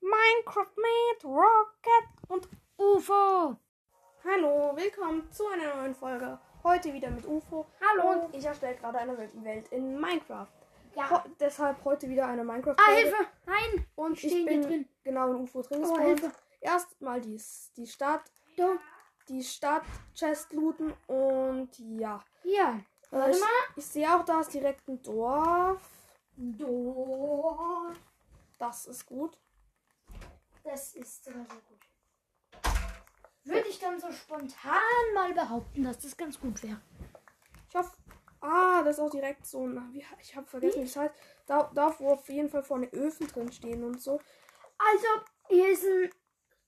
Minecraft mit Rocket und UFO. Hallo, willkommen zu einer neuen Folge. Heute wieder mit UFO. Hallo. Und ich erstelle gerade eine Welt in Minecraft. Ja. Ho deshalb heute wieder eine minecraft Ah, Hilfe! Nein! Und ich Stehen wir bin drin. genau in UFO drin Oh, gespawnt. Hilfe. Erstmal die, die Stadt, Da. die Stadt-Chest looten und ja. Hier. Äh, Warte ich, mal. ich sehe auch, da ist direkt ein Dorf. Do. Das ist gut. Das ist sogar so gut. Würde ich dann so spontan mal behaupten, dass das ganz gut wäre. Ich hoffe. Ah, das ist auch direkt so ein. wie- Ich habe vergessen, Hm? wie es heißt. Da, da, wo auf jeden Fall vorne Öfen drin stehen und so. Also, hier ist ein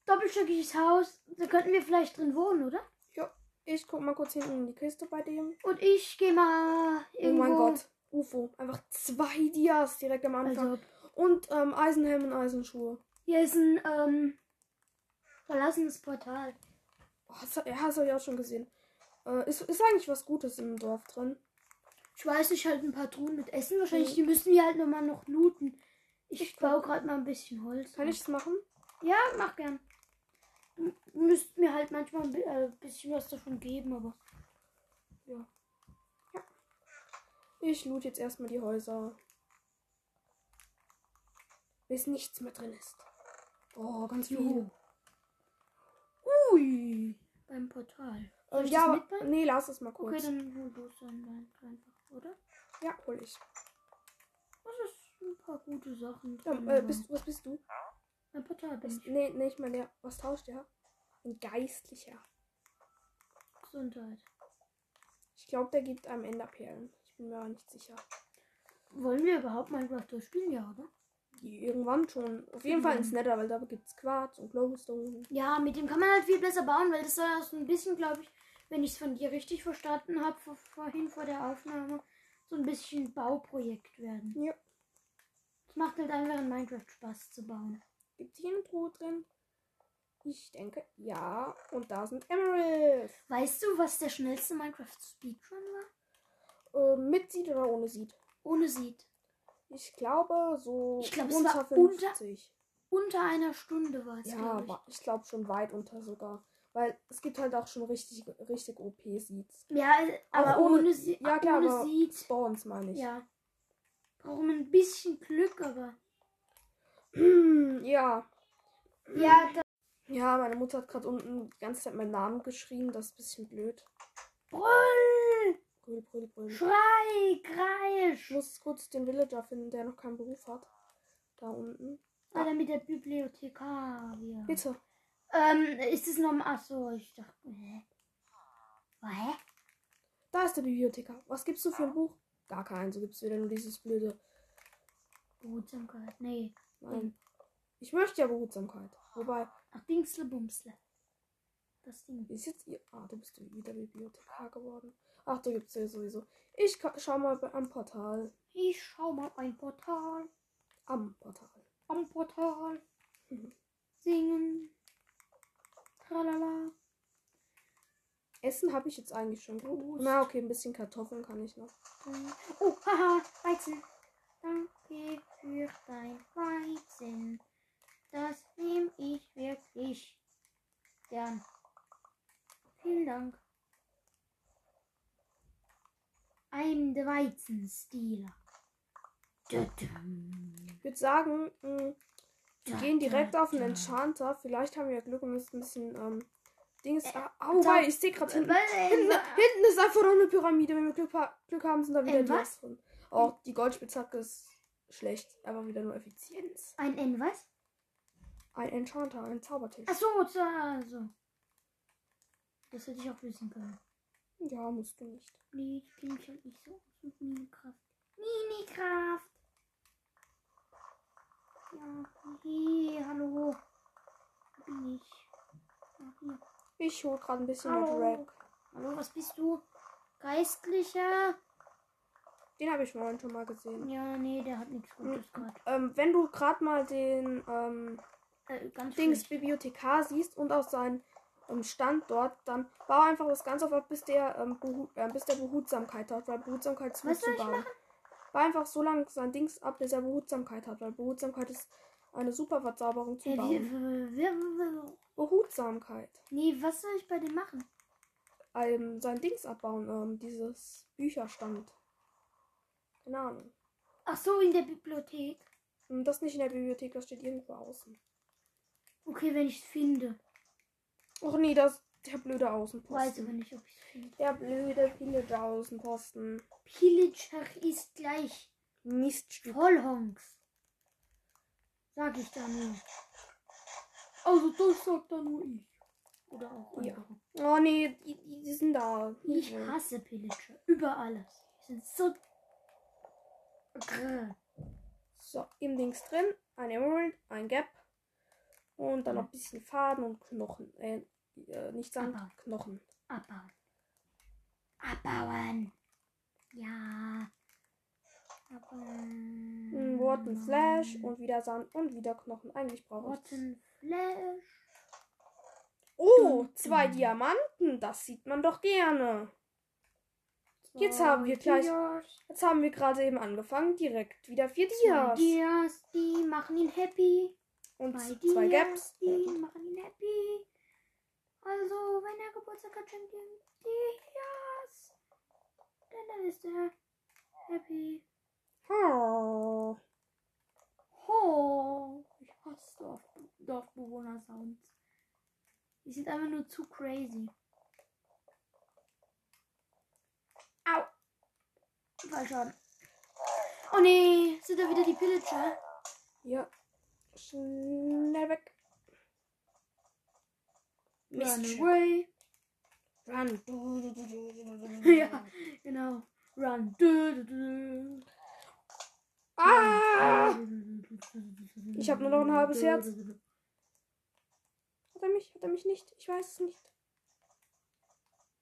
doppelstöckiges Haus. Da könnten wir vielleicht drin wohnen, oder? Ja, ich guck mal kurz hinten in die Kiste bei dem. Und ich gehe mal irgendwo. Oh mein Gott. UFO. Einfach zwei Dias direkt am Anfang. Also, Und ähm, Eisenhelm und Eisenschuhe. hier ist ein ähm, verlassenes Portal. Oh, das, ja, das habe ich auch schon gesehen. Äh, ist, ist eigentlich was Gutes im Dorf drin. Ich weiß nicht, halt ein paar Truhen mit Essen. Wahrscheinlich, die müssen wir halt nochmal noch looten. Ich baue gerade mal ein bisschen Holz. Kann ich's machen? Ja, mach gern. M müsst mir halt manchmal ein bi- äh, bisschen was davon geben, aber. Ich loot jetzt erstmal die Häuser. Bis nichts mehr drin ist. Oh, ganz viel. Juhu. Ui. Beim Portal. Soll Ähm, ich ja, das aber, mitnehmen? nee, lass es mal kurz. Okay, dann hol du es dann einfach, oder? Ja, hol ich. Das ist ein paar gute Sachen. Ja, drin, äh, aber- bist, was bist du? Ein Portal bin ich. Nee, nee, ich meine, der- was tauscht der? Ein Geistlicher. Gesundheit. Ich glaube, der gibt einem Enderperlen. Ich bin mir aber nicht sicher. Wollen wir überhaupt Minecraft durchspielen? Ja, oder? Die irgendwann schon. Auf jeden Fall ins Nether, weil da gibt es Quarz und Glowstone. Ja, mit dem kann man halt viel besser bauen, weil das soll auch so ein bisschen, glaube ich, wenn ich es von dir richtig verstanden habe, vor, vorhin vor der Aufnahme, so ein bisschen Bauprojekt werden. Ja. Es macht halt einfach in Minecraft Spaß zu bauen. Gibt es hier eine Truhe drin? Ich denke, ja. Und da sind Emeralds. Weißt du, was der schnellste Minecraft-Speedrun war? Äh, mit Seed oder ohne Seed? Ohne Seed. Ich glaube, so Ich glaub, es unter war unter- 50. Unter einer Stunde war es, ja, glaube ich. aber ich glaube schon weit unter sogar. Weil es gibt halt auch schon richtig, richtig OP-Seeds. Ja, äh, aber Auch ohne- ohne, ohne, Se- ja, klar, ohne aber- Seed. Spawns meine ich. Ja. Brauchen ein bisschen Glück, aber. ja. Mhm. Ja, da Ja, meine Mutter hat gerade unten die ganze Zeit meinen Namen geschrien. Das ist ein bisschen blöd. Brüll! Brüll, brüll, brüll. Schrei, Ich kreisch! muss kurz den Villager finden, der noch keinen Beruf hat. Da unten. Oder mit der Bibliothekarier. Bitte. Ähm, ist es noch ein. Achso, ich dachte. Hä? Oh, hä? Da ist der Bibliothekar. Was gibst du für ein Buch? Gar kein. So gibt's wieder nur dieses blöde. Behutsamkeit. Nee. Hm. Nein. Ich möchte ja Behutsamkeit. Wobei, Ach, Dingsle Bumsle. Das Ding. ist jetzt ihr. Ah, du bist wieder Bibliothekar geworden. Ach, da gibt's ja sowieso. Ich ka- schau mal bei- am Portal. Ich schau mal ein Portal. Am Portal. Am Portal. Mhm. Singen. Tralala. Essen habe ich jetzt eigentlich schon gut. Prost. Na, okay, ein bisschen Kartoffeln kann ich noch. Oh, haha, Weizen. Danke für dein Weizen. Das nehme ich wirklich gern. Vielen Dank. Ein der Weizenstealer. Ich würde sagen, mh, wir gehen direkt auf den Enchanter. Vielleicht haben wir ja Glück und müssen ein bisschen ähm, Dings. Ah, au, da- wobei, ich sehe gerade hinten. Hinten, hinten ist einfach noch eine Pyramide. Wenn wir Glück, ha Glück haben, sind da wieder Äh, die was? drin. Auch die Goldspitzhacke ist schlecht. Einfach wieder nur Effizienz. Ein N, was? Ein Enchanter, ein Zaubertisch. Achso, also. Das hätte ich auch wissen können. Ja, musst du nicht. Nee, ich kenne mich halt nicht so aus mit Minecraft. Minecraft! Ja, hey, hallo. Wo Bin ich. Ah, hier. Ich hole gerade ein bisschen Hallo. Red Rack. Hallo, was bist du? Geistlicher? Den habe ich vorhin schon mal gesehen. Ja, nee, der hat nichts Gutes gerade. Ähm, wenn du gerade mal den ähm, Äh, ganz Dings schlecht. Bibliothekar siehst und auch seinen ähm, Standort, dann bau einfach das Ganze auf, bis der, ähm, behu äh, bis der Behutsamkeit hat, weil Behutsamkeit ist gut Was soll zu ich bauen. Bau einfach so lange sein Dings ab, bis er Behutsamkeit hat, weil Behutsamkeit ist Eine super Verzauberung zu Äh, bauen. wir- wir- wir- Behutsamkeit. Nee, was soll ich bei dem machen? Ähm, sein Dings abbauen, ähm, dieses Bücherstand. Keine Ahnung. Ach so, in der Bibliothek. Und Das nicht in der Bibliothek, das steht irgendwo außen. Okay, wenn ich es finde. Och nee, das der blöde Weiß aber Außenposten. nicht, ob ich es finde. Der blöde, blöde Außenposten. Pillager ist gleich Miststück. Vollhonks. Sag ich da nur. Also das sagt da nur ich. Oder auch Ja. andere. Oh nee, die, die, die sind da. Ich Mhm. hasse Pillager. Über alles. Die sind so... Grrr. So, im Dings drin. Ein Emerald, ein Gap. Und dann noch ein bisschen Faden und Knochen. Äh, äh nicht Sand, Aber- Knochen. Abbauen. Abbauen. Ja. Ein Abbauen. Hm, Wort, ein Flash und wieder Sand und wieder Knochen. Eigentlich brauche ich. Rotten Flash. Oh, zwei Mhm. Diamanten. Das sieht man doch gerne. Jetzt haben wir gleich- Dias. Jetzt haben wir gerade eben angefangen. Direkt wieder vier Zwei Dias. Dias, die machen ihn happy. und Zwei Dias, zwei Gaps. die machen ihn happy. Also, wenn er Geburtstag hat, schenkt ihm Dias. Denn dann ist er happy. Oh. Ho! Ich hasse Dorf Dorfbewohner-Sounds. Die sind einfach nur zu crazy. Au! Fallschaden. Oh nee, sind da wieder die Pillager? Ja. Schnell weg. Run ne, Mist. away. Run. ja, genau. Run. Du, du, du. Ah! Ich hab nur noch ein halbes Herz. Hat er mich? Hat er mich nicht? Ich weiß es nicht.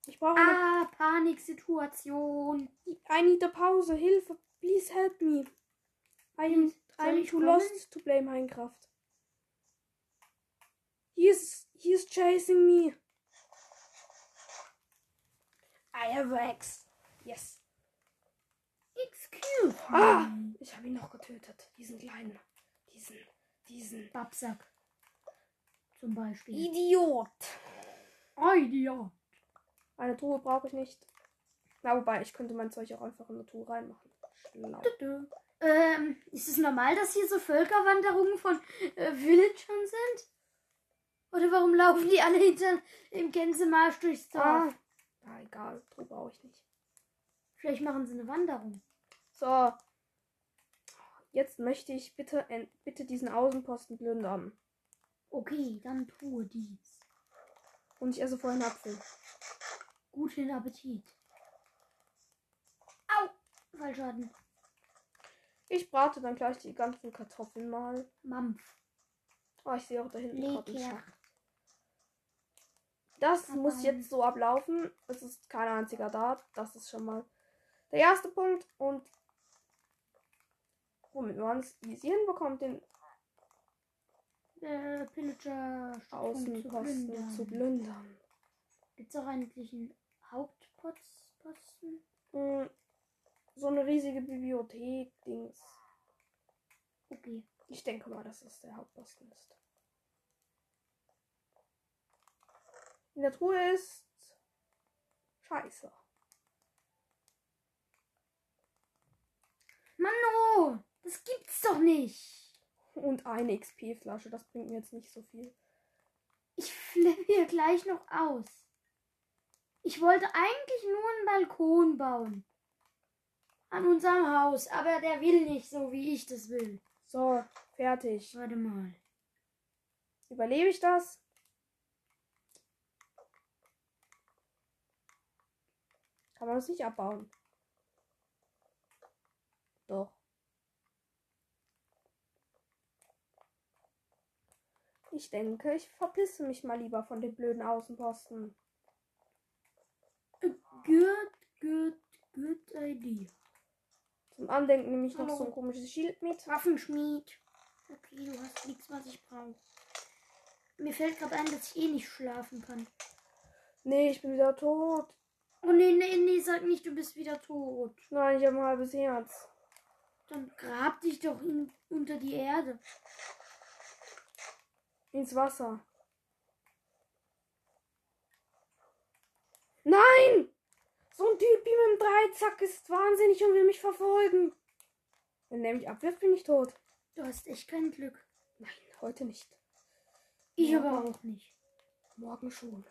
Ich brauche eine, Ah, Paniksituation. I need a Pause. Hilfe. Please help me. I'm, Please, Hm, soll I'm ich too kommen? lost to play Minecraft. He is, he is chasing me. I have X. Yes. Excuse me. Ah! Ich habe ihn noch getötet. Diesen kleinen. Diesen. Diesen. Babsack. Zum Beispiel. Idiot. Idiot. Eine Truhe brauche ich nicht. Na, wobei, ich könnte mein Zeug auch einfach in eine Truhe reinmachen. Schlau. Ähm, ist es normal, dass hier so Völkerwanderungen von äh, Villagern sind? Oder warum laufen die alle hinter im Gänsemarsch durchs Dorf? Ah. Ah, egal. Truhe brauche ich nicht. Vielleicht machen sie eine Wanderung. So. Jetzt möchte ich bitte, en- bitte diesen Außenposten plündern. Okay, dann tue dies. Und ich esse vorher einen Apfel. Guten Appetit. Au! Fallschaden. Ich brate dann gleich die ganzen Kartoffeln mal. Mampf. Oh, ich sehe auch da hinten gerade einen Lecker. Schacht. Das Aber- muss jetzt so ablaufen. Es ist kein einziger da. Das ist schon mal der erste Punkt. Und womit man es easy hinbekommt, den Äh, Pillager. Außenposten zu plündern. Gibt's auch eigentlich einen Hauptposten? Hm, So eine riesige Bibliothek-Dings. Okay. Ich denke mal, dass es der Hauptposten ist. In der Truhe ist Scheiße. Mano! Das gibt's doch nicht! Und eine XP-Flasche. Das bringt mir jetzt nicht so viel. Ich flippe hier gleich noch aus. Ich wollte eigentlich nur einen Balkon bauen. An unserem Haus, aber der will nicht so, wie ich das will. So, fertig. Warte mal. Überlebe ich das? Kann man das nicht abbauen? Doch. Ich denke, ich verpisse mich mal lieber von den blöden Außenposten. Good, good, good idea. Zum Andenken nehme ich noch Hallo. so ein komisches Schild mit. Waffenschmied. Okay, du hast nichts, was ich brauche. Mir fällt gerade ein, dass ich eh nicht schlafen kann. Nee, ich bin wieder tot. Oh nee, nee, nee, sag nicht, du bist wieder tot. Nein, ich habe ein halbes Herz. Dann grab dich doch in, unter die Erde. Ins Wasser. Nein! So ein Typ wie mit dem Dreizack ist wahnsinnig und will mich verfolgen. Wenn der mich abwirft, bin ich tot. Du hast echt kein Glück. Nein, heute nicht. Ich Ja. aber auch nicht. Morgen schon.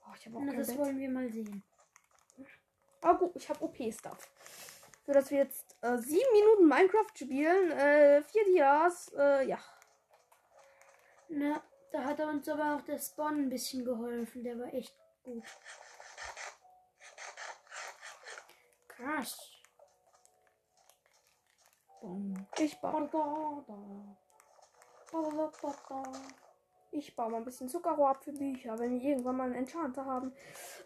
Oh, ich habe auch Na, kein das Bett. wollen wir mal sehen. Aber gut, ich habe OP-Stuff. So, dass wir jetzt äh, sieben Minuten Minecraft spielen, äh, vier Dias, äh, ja. Na, da hat er uns aber auch der Spawn ein bisschen geholfen. Der war echt gut. Krass. Bom. Ich baue, Ba, ba, ba. Ba, ba, ba, ba. ich baue mal ein bisschen Zuckerrohr ab für Bücher, wenn wir irgendwann mal einen Enchanter haben.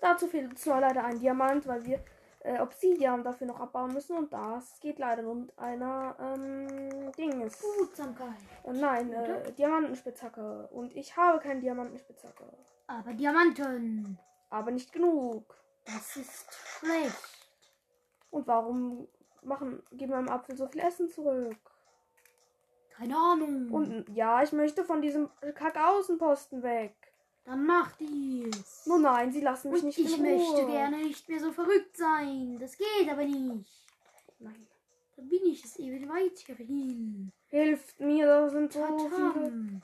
Dazu fehlt uns nur leider ein Diamant, weil wir äh, Obsidian dafür noch abbauen müssen und das geht leider nur mit einer, ähm, Dinges. Behutsamkeit. Äh, nein, Oder? äh, Diamantenspitzhacke. Und ich habe keine Diamantenspitzhacke. Aber Diamanten. Aber nicht genug. Das ist schlecht. Und warum machen, geben wir einem Apfel so viel Essen zurück? Keine Ahnung. Und ja, ich möchte von diesem Kackaußenposten weg. Dann mach dies. Nur nein, sie lassen mich Und nicht ich in Ruhe. möchte gerne nicht mehr so verrückt sein. Das geht aber nicht. Nein. Dann bin ich es eben weiterhin. Hilft mir, da sind so viele Tatam.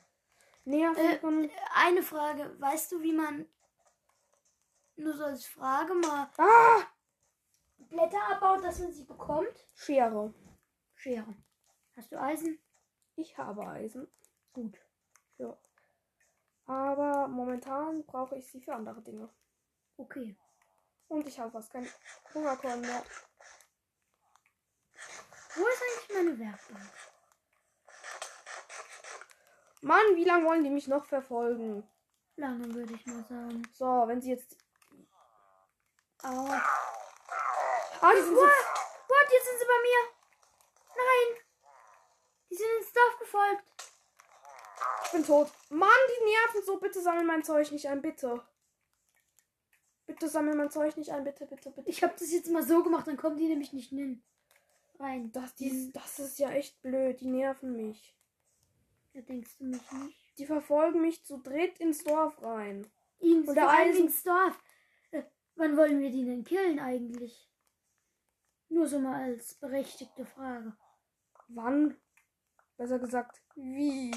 Äh, Nerven. Eine Frage. Weißt du, wie man. Nur so als Frage mal. Ah! Blätter abbaut, dass man sie bekommt? Schere. Schere. Hast du Eisen? Ich habe Eisen. Gut. Ja. Aber momentan brauche ich sie für andere Dinge. Okay. Und ich habe fast kein Hungerkorn mehr. Wo ist eigentlich meine Werkbank? Mann, wie lange wollen die mich noch verfolgen? Lange würde ich mal sagen. So, wenn sie jetzt. Au. Ah, die sind so. What? What? Jetzt sind sie bei mir. Nein. Die sind ins Dorf gefolgt. Ich bin tot. Mann, die nerven so. Bitte sammel mein Zeug nicht ein, bitte. Bitte sammel mein Zeug nicht ein, bitte, bitte, bitte. Ich habe das jetzt mal so gemacht, dann kommen die nämlich nicht hin. Rein. Das, Hm. die, das ist ja echt blöd. Die nerven mich. Da denkst du mich nicht. Die verfolgen mich zu dritt ins Dorf rein. Ins, Und der vor allem Eisen- ins Dorf. Äh, Wann wollen wir die denn killen eigentlich? Nur so mal als berechtigte Frage. Wann? Besser gesagt, wie?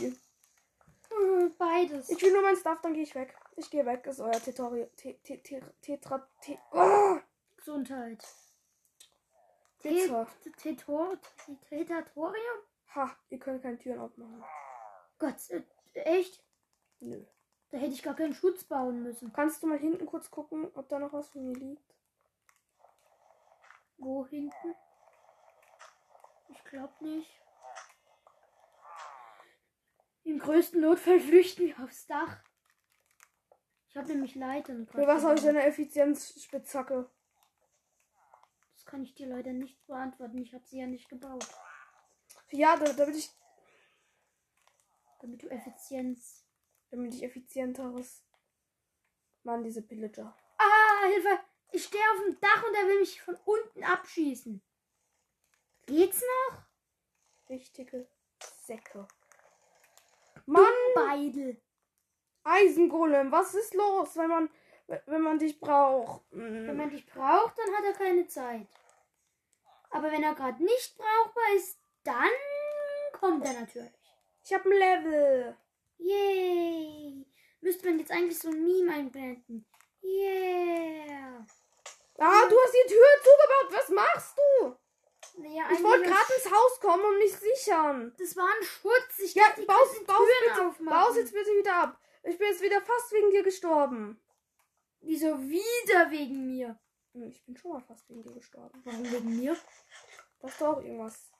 Hm, Beides. Ich will nur mein Stuff, dann gehe ich weg. Ich gehe weg, ist euer Tetori Te Te Te Tetra Te oh! Gesundheit. Tetra. Te- Tetor- Tetatorium? Ha, ihr könnt keine Türen aufmachen. Gott, äh, echt? Nö. Da hätte ich gar keinen Schutz bauen müssen. Kannst du mal hinten kurz gucken, ob da noch was von mir liegt? Wo hinten? Ich glaube nicht. Im größten Notfall flüchten wir aufs Dach. Ich habe nämlich Leitern. grad Für was habe ich denn gebaut. eine Effizienzspitzhacke? Das kann ich dir leider nicht beantworten. Ich habe sie ja nicht gebaut. Ja, da- damit ich, Damit du Effizienz. damit ich effizienteres. Mann, diese Pillager. Ah, Hilfe! Ich stehe auf dem Dach und er will mich von unten abschießen. Geht's noch? Richtige Säcke. Mann! Beidel. Eisengolem, was ist los, wenn man, wenn man dich braucht? Wenn Mm. man dich braucht, dann hat er keine Zeit. Aber wenn er gerade nicht brauchbar ist, dann kommt er natürlich. Ich hab ein Level. Yay! Müsste man jetzt eigentlich so ein Meme einblenden. Yeah! Ah, du hast die Tür zugebaut. Was machst du? Naja, Ich eigentlich wollte als- gerade ins Haus kommen und mich sichern. Das war ein Schutz. Ich Ja, dachte, die baus, könnten baus, Türen bitte, aufmachen. baus jetzt bitte wieder ab. Ich bin jetzt wieder fast wegen dir gestorben. Wieso wieder wegen mir? Hm, Ich bin schon mal fast wegen dir gestorben. Warum wegen mir? Das ist doch irgendwas.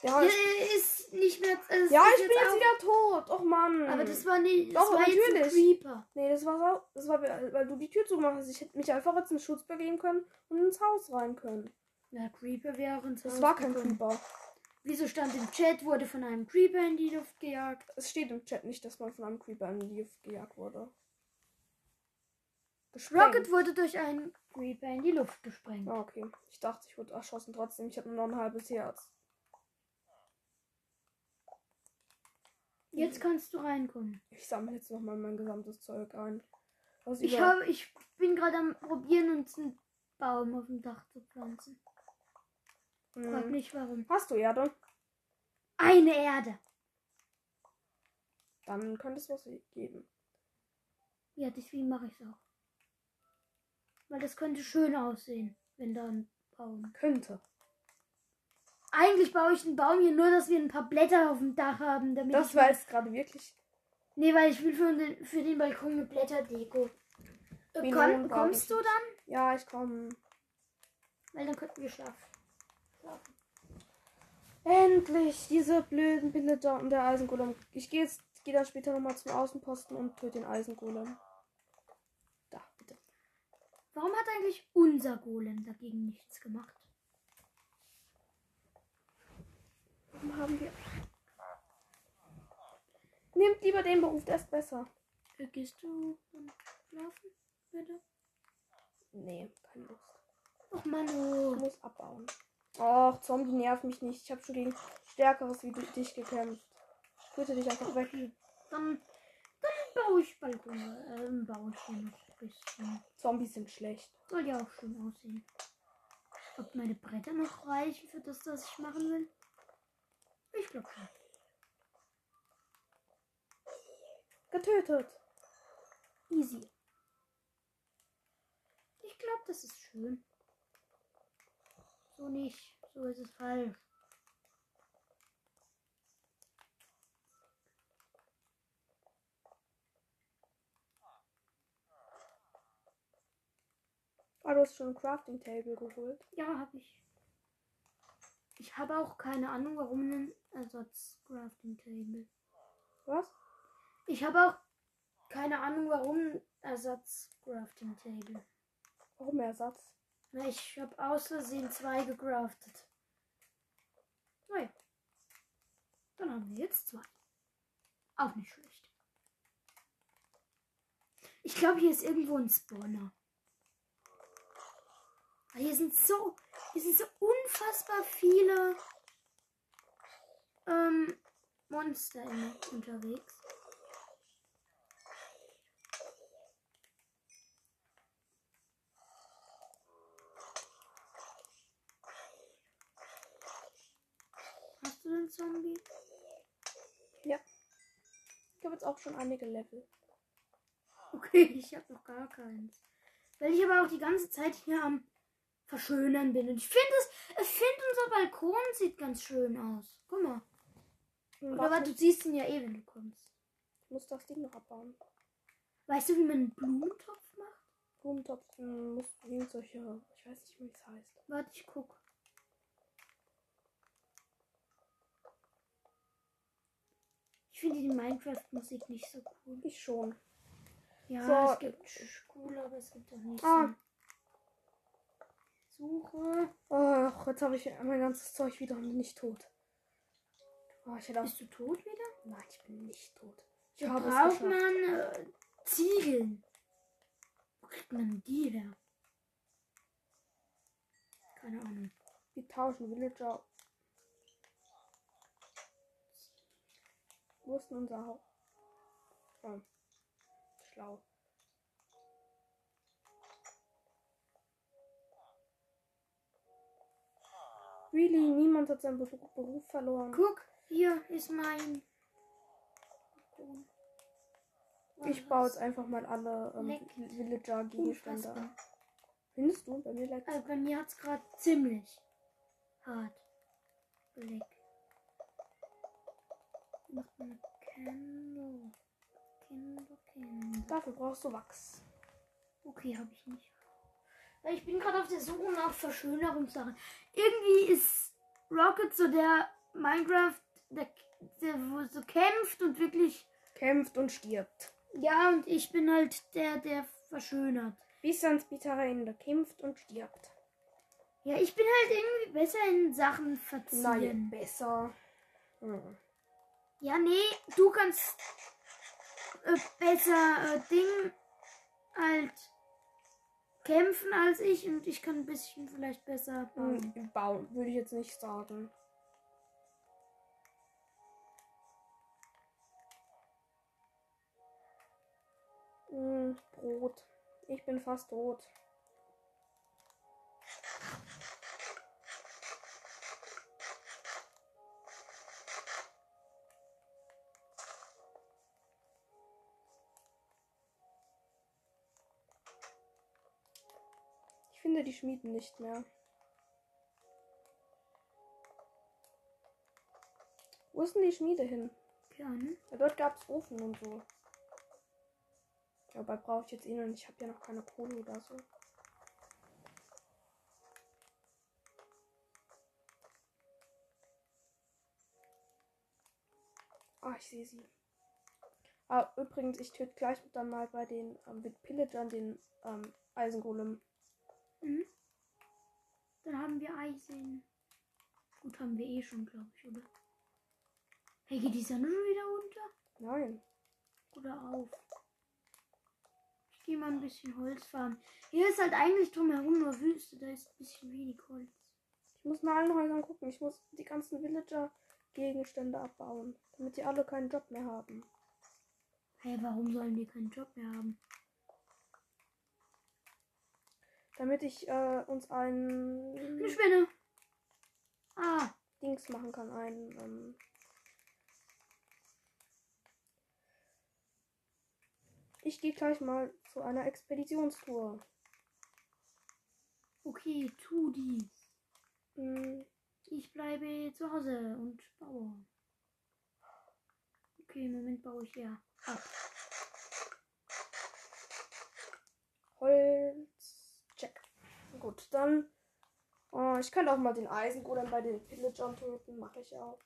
Ja, Ja, ich, er ist nicht mehr. Also es ja, ist ich bin jetzt auf- wieder tot. Och Mann. Aber das war nicht. Das Doch, war jetzt ein natürlich. Creeper. Nee, das war, sau- das war, weil du die Tür zugemacht hast. Ich hätte mich einfach jetzt in Schutz begeben können und ins Haus rein können. Na, Creeper wäre uns. Das war kein rausgekommen. Creeper. Wieso stand im Chat, wurde von einem Creeper in die Luft gejagt? Es steht im Chat nicht, dass man von einem Creeper in die Luft gejagt wurde. Gesprengt. Rocket wurde durch einen Creeper in die Luft gesprengt. Ah, okay. Ich dachte, ich wurde erschossen trotzdem. Ich habe nur noch ein halbes Herz. Jetzt kannst du reinkommen. Ich sammle jetzt nochmal mein gesamtes Zeug ein. Was Ich, über- habe, ich bin gerade am probieren, uns einen Baum auf dem Dach zu pflanzen. Frag Hm. nicht warum. Hast du Erde? Eine Erde. Dann könnte es was geben. Ja, deswegen mache ich es auch. Weil das könnte schön aussehen, wenn da ein Baum. Könnte. Eigentlich baue ich einen Baum hier nur, dass wir ein paar Blätter auf dem Dach haben, damit Das ich war jetzt gerade wirklich. Nee, weil ich will für den, für den Balkon eine Blätterdeko. Äh, Melone komm, brauche kommst ich du nicht. dann? Ja, ich komme. Weil dann könnten wir schlafen. schlafen. Endlich diese blöden Bilder und der Eisengolem. Ich gehe jetzt, gehe dann später nochmal zum Außenposten und töte den Eisengolem. Da, bitte. Warum hat eigentlich unser Golem dagegen nichts gemacht? Warum haben wir. Nehmt lieber den Beruf, der ist besser. Äh, Gehst du dann schlafen, bitte? Nee, keine Lust. Och, Ich Manu. muss abbauen. Och, Zombie nervt mich nicht. Ich habe schon gegen Stärkeres wie du- dich gekämpft. Ich Bitte dich einfach weg. Dann, dann baue ich Balkon. Ähm, baue ich hier noch ein bisschen. Zombies sind schlecht. Soll ja auch schön aussehen. Ob meine Bretter noch reichen für das, was ich machen will? Ich glaube schon. Getötet. Easy. Ich glaube, das ist schön. So nicht. So ist es falsch. Ah, du hast schon ein Crafting Table geholt. Ja, habe ich. Ich habe auch keine Ahnung, warum ein Ersatz-Crafting Table. Was? Ich habe auch keine Ahnung, warum ein Ersatz-Crafting Table. Warum Ersatz? Na, ich habe aus Versehen zwei gecraftet. Naja. Dann haben wir jetzt zwei. Auch nicht schlecht. Ich glaube, hier ist irgendwo ein Spawner. Weil Hier sind so, hier sind so unfassbar viele ähm, Monster immer unterwegs. Hast du den Zombie? Ich habe jetzt auch schon einige Level. Okay, ich habe noch gar keins. Weil ich aber auch die ganze Zeit hier am Verschönern bin. Und ich finde es, ich finde unser Balkon sieht ganz schön aus. Guck mal. Oder warte, du siehst ihn ja eh, wenn du kommst. Hm, ich muss das Ding noch abbauen. Weißt du, wie man einen Blumentopf macht? Blumentopf hm, muss irgend solche. Ich weiß nicht, wie es heißt. Warte, ich guck. Ich finde die Minecraft-Musik nicht so cool. Ich schon. Ja, So. es gibt cool, aber es gibt auch nicht Ah. so. Suche. Ach, jetzt habe ich mein ganzes Zeug wieder und bin nicht tot. Oh, ich hätte auch. Bist du tot wieder? Nein, ich bin nicht tot. Ich Da habe es braucht geschafft. man äh, Ziegeln. Wo kriegt man die her? Keine Ahnung. Wir tauschen Villager. Wo ist denn unser Haupt? Oh. Schlau. Really, niemand hat seinen Beruf, Beruf verloren. Guck, hier ist mein. Ich baue jetzt einfach mal alle ähm, Leckt. Villager-Gegenstände Unfassbar. an. Findest du? Bei mir leckt Also bei mir hat es gerade ziemlich hart geleckt. Macht man Candle. Candle, Candle. Dafür brauchst du Wachs. Okay, habe ich nicht. Weil ich bin gerade auf der Suche nach Verschönerungssachen. Irgendwie ist Rocket so der Minecraft, der, der wo so kämpft und wirklich. Kämpft und stirbt. Ja, und ich bin halt der, der verschönert. Bis ans bittere Ende kämpft und stirbt. Ja, ich bin halt irgendwie besser in Sachen verzieren. Nein, besser. Hm. Ja, nee, du kannst äh, besser äh, Ding halt kämpfen als ich und ich kann ein bisschen vielleicht besser bauen. Hm, Bauen würde ich jetzt nicht sagen. und Hm, Brot. Ich bin fast tot. Ich finde die Schmieden nicht mehr. Wo ist denn die Schmiede hin? Gerne. Ja, dort gab es Ofen und so. Dabei brauche ich jetzt ihn und ich habe ja noch keine Kohle oder so. Ah, ich sehe sie. Ah, übrigens, ich töte gleich dann mal bei den ähm, mit Pillagern den ähm, Eisengolem. Mhm. Dann haben wir Eisen. Gut, haben wir eh schon, glaube ich, oder? Hey, geht die Sonne schon wieder unter? Nein. Oder auf? Ich gehe mal ein bisschen Holz fahren. Hier ist halt eigentlich drumherum nur Wüste, da ist ein bisschen wenig Holz. Ich muss nach allen Häusern gucken. Ich muss die ganzen Villager-Gegenstände abbauen, damit die alle keinen Job mehr haben. Hey, warum sollen die keinen Job mehr haben? Damit ich äh, uns einen Eine Spinne. Ah, Dings machen kann. Einen, ähm, ich gehe gleich mal zu einer Expeditionstour. okay, tu dies. Hm, Ich bleibe zu Hause und baue. Okay, im Moment baue ich ja. Holz. Check. Gut, dann. Äh, ich kann auch mal den Eisengolem bei den Pillagern töten. Mache ich auch.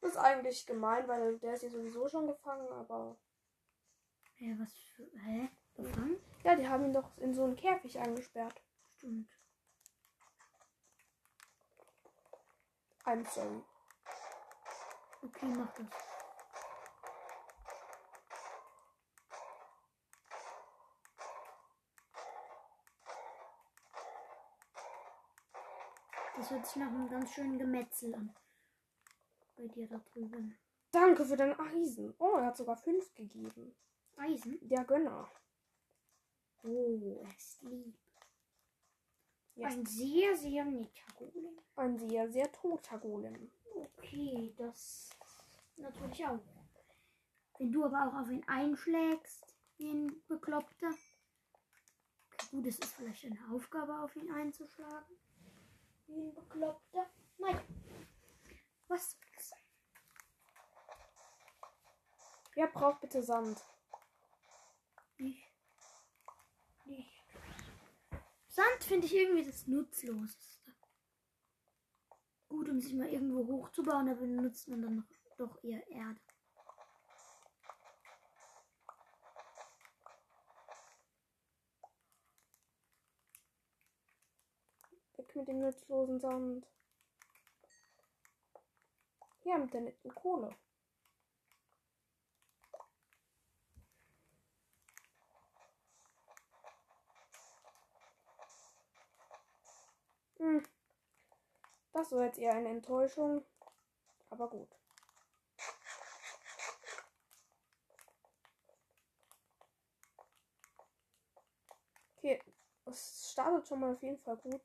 Das ist eigentlich gemein, weil der ist hier sowieso schon gefangen, aber. Hä, was für. Hä? Gefangen? Ja, die haben ihn doch in so einen Käfig eingesperrt. Stimmt. I'm sorry. Okay, mach das. Das hört sich nach einem ganz schönen Gemetzel an. Bei dir da drüben. Danke für dein Eisen. Oh, er hat sogar fünf gegeben. Eisen? Der Gönner. Oh, er ist lieb. Ja. Ein sehr, sehr netter Golem. Ein sehr, sehr toter Golem. Okay, das natürlich auch. Wenn du aber auch auf ihn einschlägst, wie ein Bekloppter. Okay, gut, es ist vielleicht eine Aufgabe, auf ihn einzuschlagen. Wie ein Bekloppter. Nein. Was soll's? Wer braucht bitte Sand? Ich. Nicht. Sand finde ich irgendwie das Nutzloseste. Gut, um sich mal irgendwo hochzubauen, aber benutzt man dann noch, doch eher Erde. Weg mit dem nutzlosen Sand. Hier mit der netten Kohle. Hm. Das war jetzt eher eine Enttäuschung. Aber gut. Okay, es startet schon mal auf jeden Fall gut.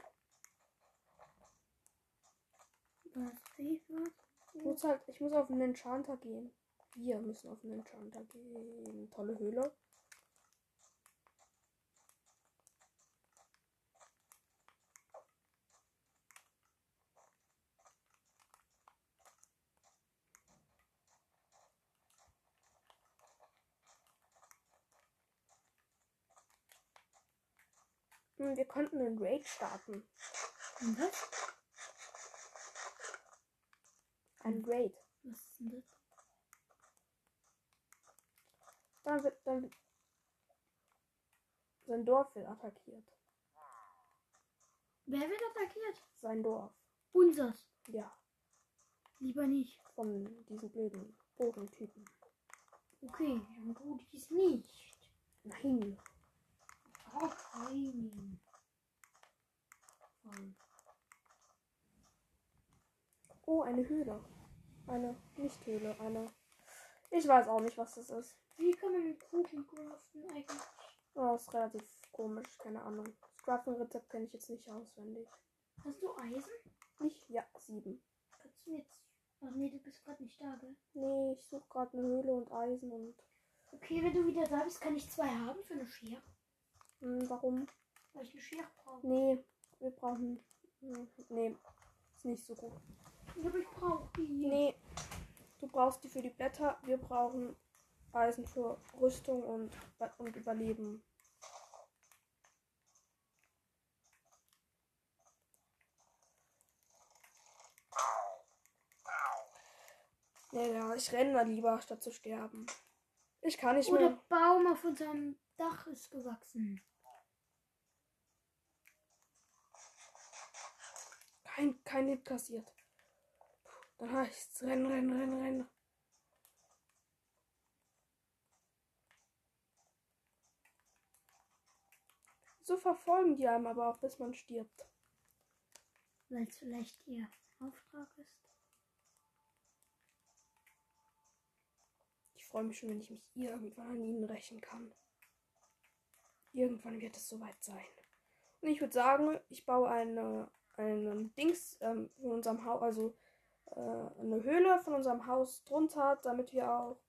Was? Ich was? Ich muss halt, ich muss auf einen Enchanter gehen. Wir müssen auf einen Enchanter gehen. Tolle Höhle. Hm, Wir könnten einen Raid starten. Und was? Hm. Ein Raid. Was ist denn das? Dann wird dann wird- sein Dorf wird attackiert. Wer wird attackiert? Sein Dorf. Unsers. Ja, Lieber nicht. von diesen blöden Bogentypen. Okay, dann tu dies nicht. Nein. Auch einen. Voll. Oh, eine Höhle. Eine Nicht-Höhle, eine. Ich weiß auch nicht, was das ist. Wie kann man einen Kuchen craften eigentlich? Das ist relativ komisch, keine Ahnung. Das Crafting-Rezept kenne ich jetzt nicht auswendig. Hast du Eisen? Ich? Ja, sieben. Kannst du mir jetzt. Ach nee, du bist gerade nicht da, gell? Nee, ich suche gerade eine Höhle und Eisen und. Okay, wenn du wieder da bist, kann ich zwei haben für eine Schere. Hm, warum? Weil ich eine Schere brauche. Nee, wir brauchen. Hm, nee, ist nicht so gut. Ja, Aber ich brauche die. Nee, du brauchst die für die Blätter. Wir brauchen Eisen für Rüstung und, und Überleben. Ja, ja, ich renne da lieber, statt zu sterben. Ich kann nicht Oh, der mehr. Baum auf unserem Dach ist gewachsen. Kein, kein Hit kassiert. Puh, Dann heißt's rennen, rennen, rennen, rennen. So verfolgen die einem aber auch, bis man stirbt. Weil es vielleicht ihr Auftrag ist. Ich freue mich schon, wenn ich mich irgendwann an ihnen rächen kann. Irgendwann wird es soweit sein. Und ich würde sagen, ich baue eine, einen Dings ähm, von unserem Haus, also äh, eine Höhle von unserem Haus drunter, damit wir auch,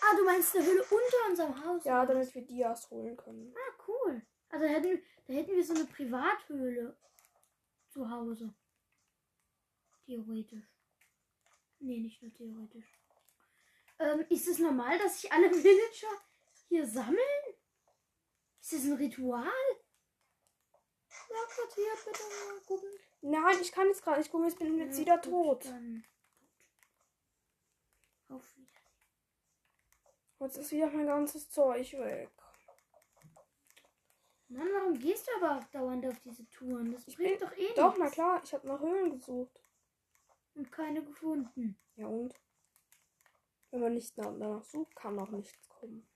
Ah, du meinst eine Höhle unter unserem Haus? ja, oder was? damit wir Dias holen können. Ah, cool. Also hätten, da hätten wir so eine Privathöhle zu Hause. Theoretisch. Nee, nicht nur theoretisch. Ähm, ist es normal, dass sich alle Villager hier sammeln? Ist das ein Ritual? Ja, Quartier, bitte mal gucken. Nein, ich kann jetzt gerade nicht gucken, jetzt bin ich jetzt Ja, wieder gut, tot. Dann. Auf wieder. Jetzt ist wieder mein ganzes Zeug weg. Mann, warum gehst du aber dauernd auf diese Touren? Das Ich bringt bin- doch eh nichts. Doch, na klar, ich habe nach Höhlen gesucht. Und keine gefunden. Ja und? Wenn man nicht nach- danach sucht, kann auch nichts kommen.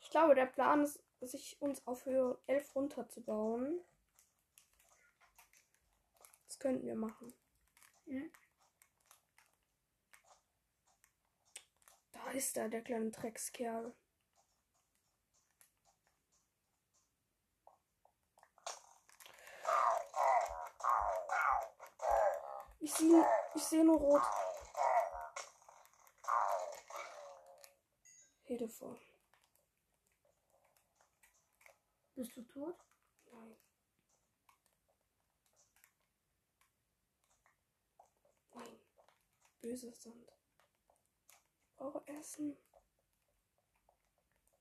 Ich glaube, der Plan ist, sich uns auf Höhe 11 runterzubauen. Das könnten wir machen. Ja. Da ist er, der kleine Dreckskerl. Ich sehe ich seh nur rot. Rede vor. Bist du tot? Nein. Nein. Böses Sand. Ich brauche Essen.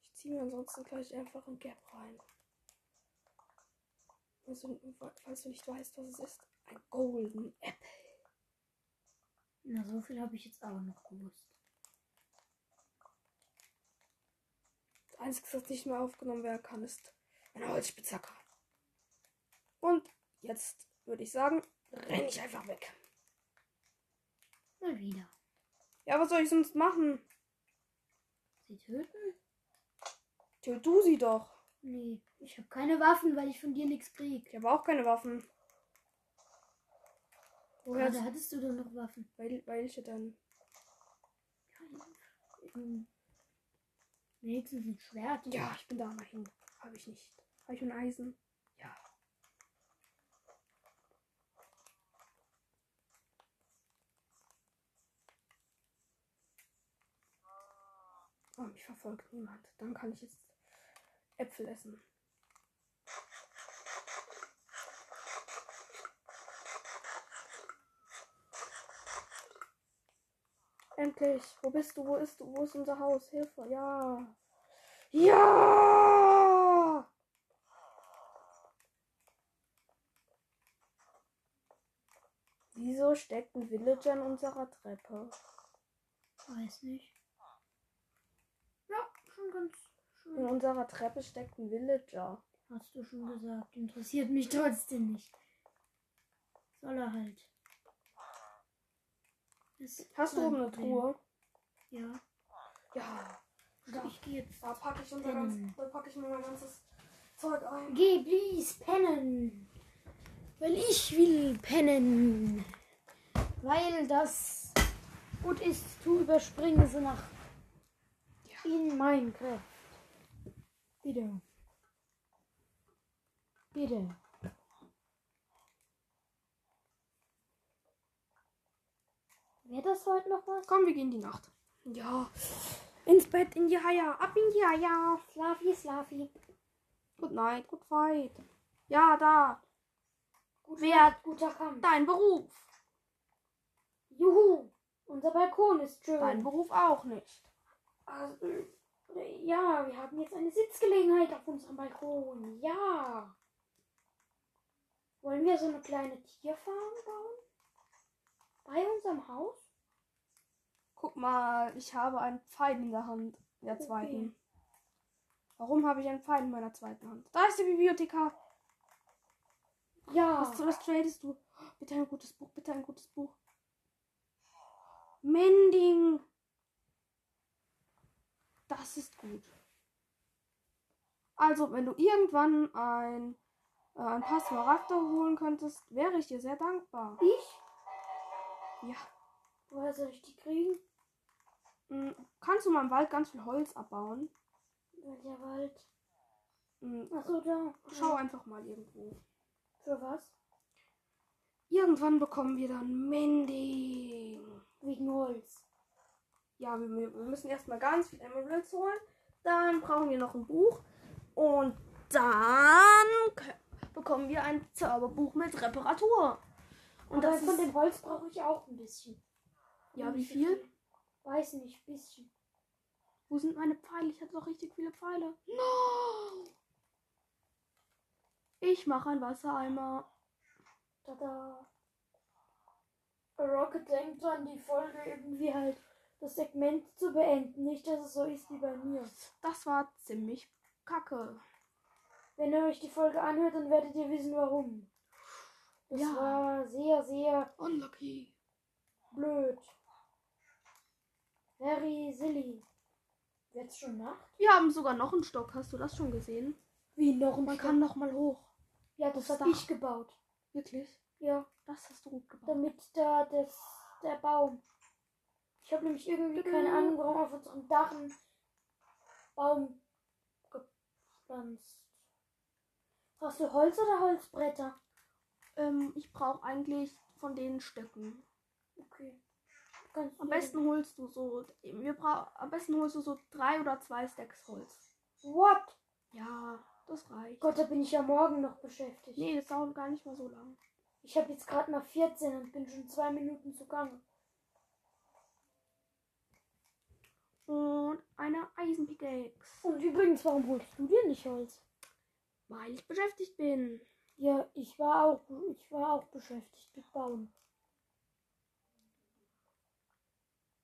Ich ziehe mir ansonsten gleich einfach ein Gap rein. Also, falls du nicht weißt, was es ist, ein Golden Apple. Na, so viel habe ich jetzt auch noch gewusst. Das Einzige, was nicht mehr aufgenommen werden kann, ist eine Holzspitzhacke. Und jetzt würde ich sagen, renne ich einfach weg. Mal wieder. Ja, was soll ich sonst machen? Sie töten? Tö, du sie doch. Nee, ich habe keine Waffen, weil ich von dir nichts krieg. Ich habe auch keine Waffen. Woher? Gerade hattest du doch noch Waffen. Wel welche denn? Hm. Wenigstens ein Schwert. Ja, ich bin da mal hin. Habe ich nicht. Habe ich ein Eisen? Ja. Oh, mich verfolgt niemand. Dann kann ich jetzt Äpfel essen. Endlich. Wo bist du? Wo ist du? Wo ist unser Haus? Hilfe. Ja. Ja! Wieso steckt ein Villager in unserer Treppe? Weiß nicht. Ja, schon ganz In schön. unserer Treppe steckt ein Villager. Hast du schon gesagt. Interessiert mich trotzdem nicht. Soll er halt. Ist Hast du mein oben eine Problem. Truhe? Ja. Ja. Da. Ich gehe jetzt. Da packe ich, unser ganz, Pennen. da packe ich mir mein ganzes Zeug ein. Geh, please, pennen. Weil ich will pennen. Weil das gut ist zu überspringen sie nach in Minecraft. Bitte. Bitte. Wäre das heute noch was? Komm, wir gehen die Nacht. Ja. Ins Bett, in die Haia. Ab in die Haia. Slavi, Slavi. Good night, good fight. Ja, da. Wer hat Guter Kampf. dein Beruf? Juhu. Unser Balkon ist schön. Dein Beruf auch nicht. Also, äh, ja, wir haben jetzt eine Sitzgelegenheit auf unserem Balkon. Ja. Wollen wir so eine kleine Tierfarm bauen? Bei unserem Haus? Guck mal, ich habe einen Pfeil in der Hand. In der Okay. zweiten. Warum habe ich einen Pfeil in meiner zweiten Hand? Da ist die Bibliothekar. Ja. Was, was tradest du? Bitte ein gutes Buch, bitte ein gutes Buch. Mending. Das ist gut. Also, wenn du irgendwann ein, äh, ein paar Smaragde holen könntest, wäre ich dir sehr dankbar. Ich? Ja. Woher soll ich die kriegen? Mm, Kannst du mal im Wald ganz viel Holz abbauen? Welcher Wald? Mm, Achso, da. Schau Ja. einfach mal irgendwo. Für was? Irgendwann bekommen wir dann Mending. Wegen Holz. Ja, wir, wir müssen erstmal ganz viel Emeralds holen. Dann brauchen wir noch ein Buch. Und dann k- bekommen wir ein Zauberbuch mit Reparatur. Und Aber das von ist, dem Holz brauche ich auch ein bisschen. Ja, wie Nicht so viel? Weiß nicht, bisschen. Wo sind meine Pfeile? Ich hatte doch richtig viele Pfeile. No! Ich mache einen Wassereimer. Tada. Rocket denkt dran, die Folge irgendwie halt das Segment zu beenden. Nicht, dass es so ist wie bei mir. Das war ziemlich kacke. Wenn ihr euch die Folge anhört, dann werdet ihr wissen, warum. Das Ja. war sehr, sehr Unlucky. blöd. Very silly. Wird's schon Nacht? Wir haben sogar noch einen Stock. Hast du das schon gesehen? Wie noch ein Man Stück? kann noch mal hoch. Oh Ja, das aufs hab Dach. ich gebaut. Wirklich? Ja, Das hast du gut gebaut. damit da das, der Baum. Ich habe nämlich irgendwie Mhm. keine Ahnung, warum auf unserem Dach einen Baum gepflanzt. Brauchst du Holz oder Holzbretter? Ähm, ich brauche eigentlich von den Stöcken. Okay. Ganz Am besten holst du so, wir brauch, am besten holst du so drei oder zwei Stacks Holz. What? Oh Ja, das reicht. Gott, da bin ich ja morgen noch beschäftigt. Nee, das dauert gar nicht mal so lang. Ich habe jetzt gerade mal 14 und bin schon zwei Minuten zugange. Und eine Eisenpickaxe. Und übrigens, warum holst du dir nicht Holz? Weil ich beschäftigt bin. Ja, ich war auch, ich war auch beschäftigt mit Bauen.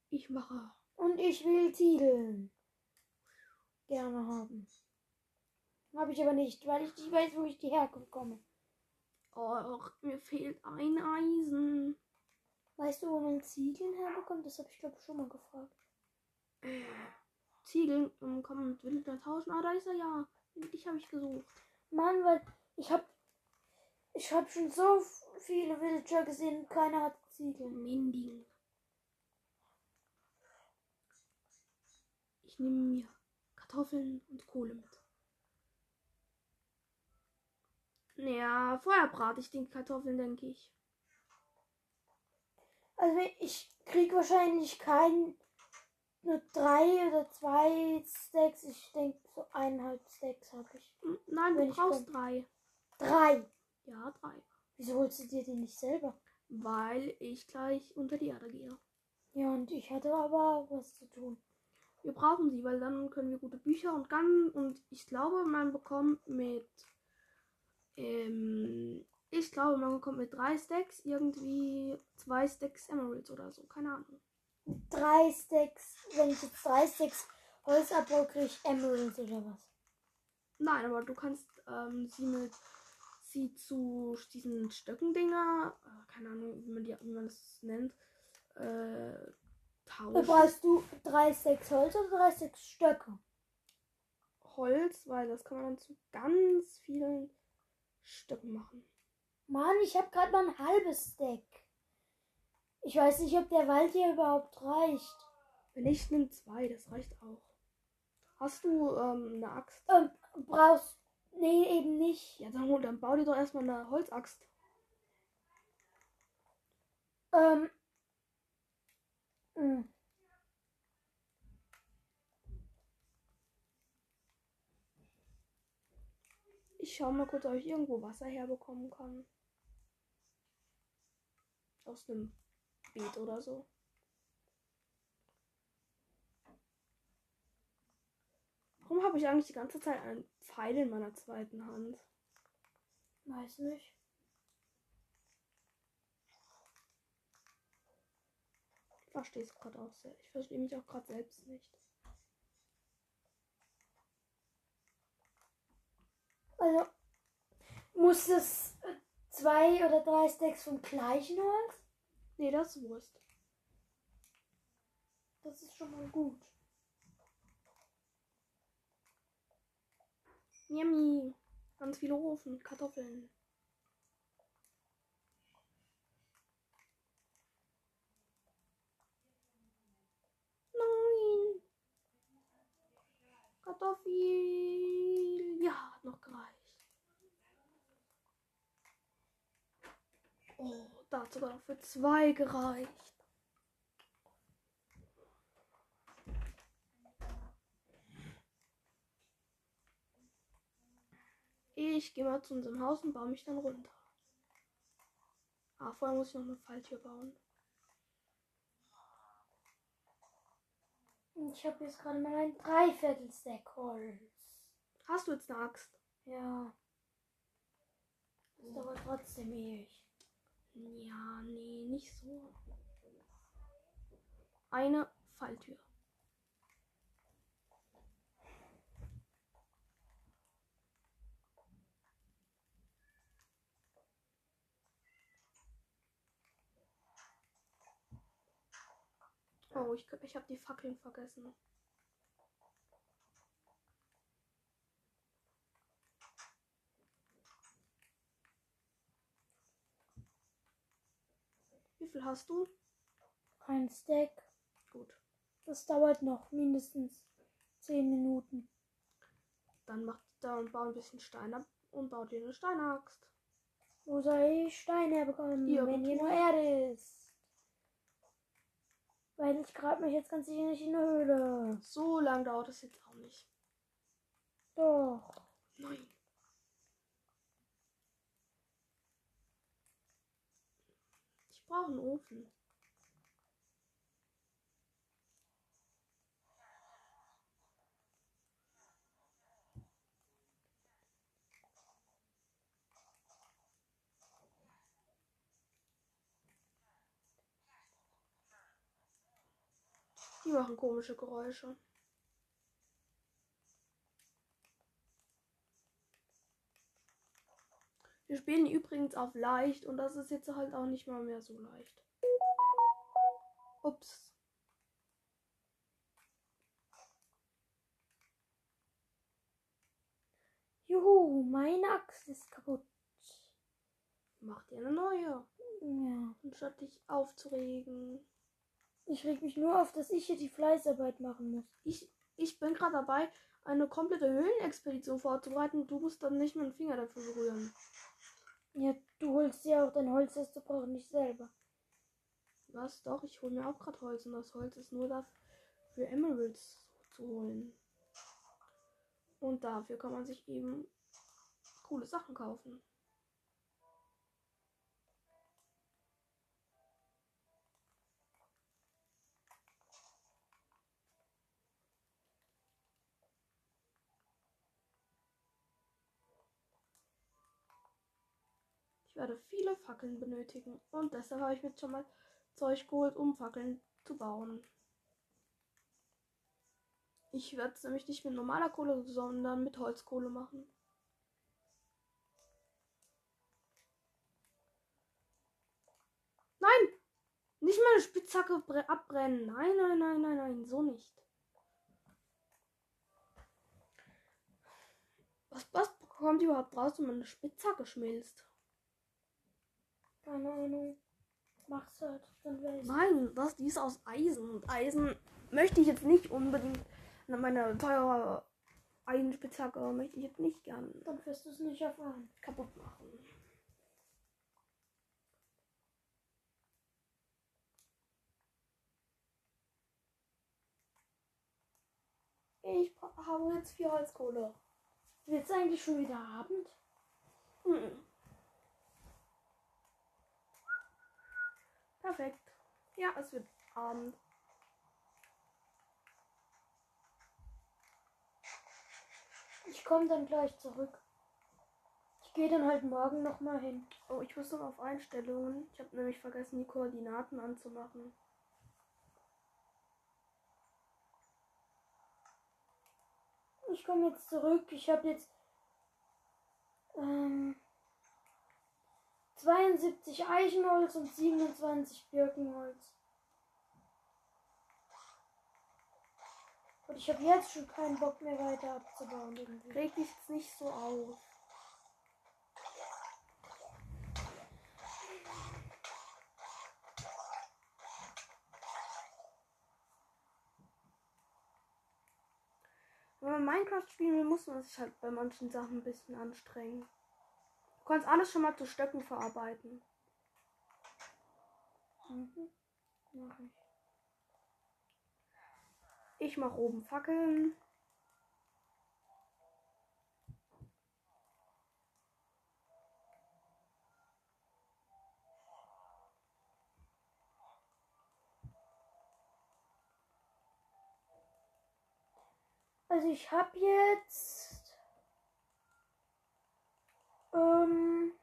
Ich mache. Und ich will Tiedeln. Gerne haben. Habe ich aber nicht, weil ich nicht weiß, wo ich die herkomme. Och, mir fehlt ein Eisen. Weißt du, wo man Ziegeln herbekommt? Das habe ich, glaube ich, schon mal gefragt. Äh, Ziegel ähm, kommen mit Wilder tauschen. Ah, da ist er ja. Dich habe ich gesucht. Mann, weil ich habe ich hab schon so viele Villager gesehen und keiner hat Ziegeln. Mending. Ich nehme mir Kartoffeln und Kohle mit. Naja, vorher brate ich die Kartoffeln, denke ich. Also ich krieg wahrscheinlich keinen, nur drei oder zwei Stacks. Ich denke, so eineinhalb Stacks habe ich. Hm, Nein, Wenn du ich brauchst drei. Drei. Ja, drei. Wieso holst du dir die nicht selber? Weil ich gleich unter die Erde gehe. Ja, und ich hatte aber was zu tun. Wir brauchen sie, weil dann können wir gute Bücher und ganz und ich glaube, man bekommt mit ähm, ich glaube, man bekommt mit drei Stacks irgendwie zwei Stacks Emeralds oder so, keine Ahnung. drei Stacks, wenn ich jetzt drei Stacks Holz abbaue, kriege ich Emeralds oder was? Nein, aber du kannst ähm, sie mit sie zu diesen Stöckendinger, äh, keine Ahnung, wie man, die, wie man das nennt, äh, Da tauschen. brauchst du drei Stacks Holz oder drei Stacks Stöcke. Holz, weil das kann man dann zu ganz vielen Stücken machen. Mann, ich habe gerade mal ein halbes Stack. Ich weiß nicht, ob der Wald hier überhaupt reicht. Wenn nicht, nimm zwei, das reicht auch. Hast du ähm, eine Axt? Ähm, brauchst. Nee, eben nicht. Ja, dann, hol- dann bau dir doch erstmal eine Holzaxt. Ähm. hm, mh. Ich schau mal kurz, ob ich irgendwo Wasser herbekommen kann. Aus einem Beet oder so. Warum habe ich eigentlich die ganze Zeit einen Pfeil in meiner zweiten Hand? Weiß nicht. Ich verstehe es gerade auch sehr. Ich verstehe mich auch gerade selbst nicht. Also, muss das äh, zwei oder drei Stacks vom gleichen Holz? Nee, das ist Wurst. Das ist schon mal gut. Yummy. Ganz viele Rofen, Kartoffeln. Nein. Kartoffel. Ja, hat noch gereicht. Oh, da hat sogar noch für zwei gereicht. Ich gehe mal zu unserem Haus und baue mich dann runter. Ah, vorher muss ich noch eine Falltür bauen. Und Ich habe jetzt gerade mal ein Dreiviertel Stack Holz. Hast du jetzt eine Axt? Ja. Das dauert trotzdem ewig. Ja, nee, nicht so. Eine Falltür. Oh, ich, ich habe die Fackeln vergessen. Wie viel hast du? Ein Stack. Gut. Das dauert noch mindestens 10 Minuten. Dann macht da und bau ein bisschen Stein ab und baut dir eine Steinaxt. Wo soll ich Steine herbekommen, Hier, wenn hier irgendwo. nur Erde ist? Weil ich grab mich jetzt ganz sicher nicht in eine Höhle. So lang dauert es jetzt auch nicht. Doch. Nein. Ich brauche einen Ofen. Die machen komische Geräusche. Wir spielen übrigens auf leicht und das ist jetzt halt auch nicht mal mehr so leicht. Ups. Juhu, meine Axt ist kaputt. Mach dir eine neue, Ja. anstatt dich aufzuregen. Ich reg mich nur auf, dass ich hier die Fleißarbeit machen muss. Ich, ich bin gerade dabei, eine komplette Höhlenexpedition vorzubereiten. Du musst dann nicht mal einen Finger dafür berühren. Ja, du holst dir auch dein Holz, das du brauchst, nicht selber. Was? Doch, ich hole mir auch gerade Holz und das Holz ist nur dafür für Emeralds zu holen. Und dafür kann man sich eben coole Sachen kaufen. Ich werde viele Fackeln benötigen und deshalb habe ich mir jetzt schon mal Zeug geholt, um Fackeln zu bauen. Ich werde es nämlich nicht mit normaler Kohle, sondern mit Holzkohle machen. Nein! Nicht meine Spitzhacke bre- abbrennen. Nein, nein, nein, nein, nein, so nicht. Was, was kommt überhaupt raus, wenn meine Spitzhacke schmilzt? Keine Ahnung. Mach's halt, dann wäre ich. Nein, das, die ist aus Eisen. Und Eisen möchte ich jetzt nicht unbedingt. Na, Meine teure Eisenspitzhacke möchte ich jetzt nicht gern Dann wirst du es nicht erfahren. kaputt machen. Ich bra- habe jetzt viel Holzkohle. Wird es eigentlich schon wieder Abend? Mhm. Perfekt. Ja, es wird Abend. Ich komme dann gleich zurück. Ich gehe dann halt morgen nochmal hin. Oh, ich muss noch auf Einstellungen. Ich habe nämlich vergessen, die Koordinaten anzumachen. Ich komme jetzt zurück. Ich habe jetzt ähm, 72 Eichenholz und 27 Birkenholz. Und ich habe jetzt schon keinen Bock mehr weiter abzubauen irgendwie. Reg dich jetzt nicht so auf. Wenn man Minecraft spielen will, muss man sich halt bei manchen Sachen ein bisschen anstrengen. Du kannst alles schon mal zu Stöcken verarbeiten. Mhm. Mach ich. Ich mach oben Fackeln. Also ich habe jetzt ähm,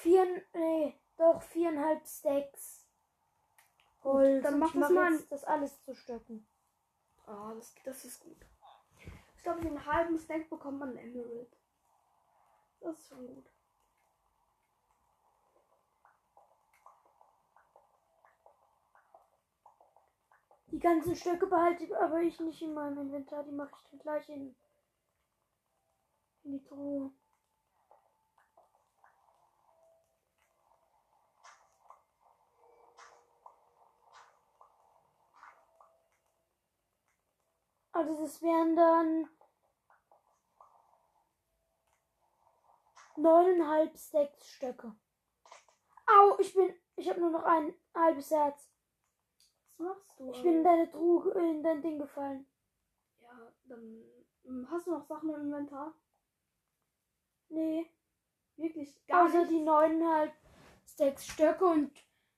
vier, nee, doch viereinhalb Stacks Holz. dann Und mach ich das mal jetzt das alles zu stöcken. Ah, das, das ist gut. Ich glaube, den halben Stack bekommt man einen Emerald. Das ist schon gut. Die ganzen Stöcke behalte ich aber ich nicht in meinem Inventar. Die mache ich dann gleich in, in die Truhe. Also das wären dann neuneinhalb Stacks Stöcke. Au, ich bin, ich habe nur noch ein halbes Herz. Was machst du? Ich bin in da. deine Truhe, äh, in dein Ding gefallen. Ja, dann hm, hast du noch Sachen im Inventar? Nee, Wirklich gar außer nicht. die neuneinhalb Stacks Stöcke und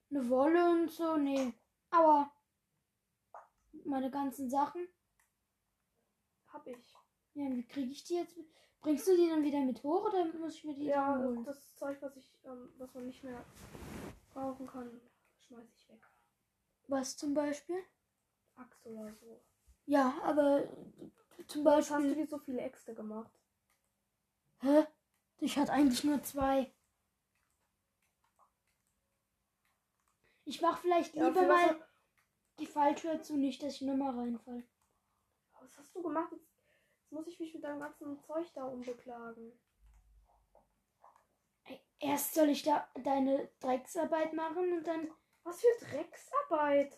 eine Wolle und so, nee. Aber meine ganzen Sachen, Hab ich. ja, wie kriege ich die jetzt? Bringst du die dann wieder mit hoch oder muss ich mir die Ja, dann das, holen? das Zeug, was ich, ähm, was man nicht mehr brauchen kann, schmeiß ich weg. Was zum Beispiel? Axt oder so. Ja, aber äh, zum Was hast du Beispiel. dir so viele Äxte gemacht? Hä? Ich hatte eigentlich nur zwei. Ich mach vielleicht Ja, lieber für was- mal die Falltür zu, nicht, dass ich nochmal reinfall. Was hast du gemacht? Jetzt, jetzt muss ich mich mit deinem ganzen Zeug da umbeklagen. Erst soll ich da deine Drecksarbeit machen und dann. Was für Drecksarbeit!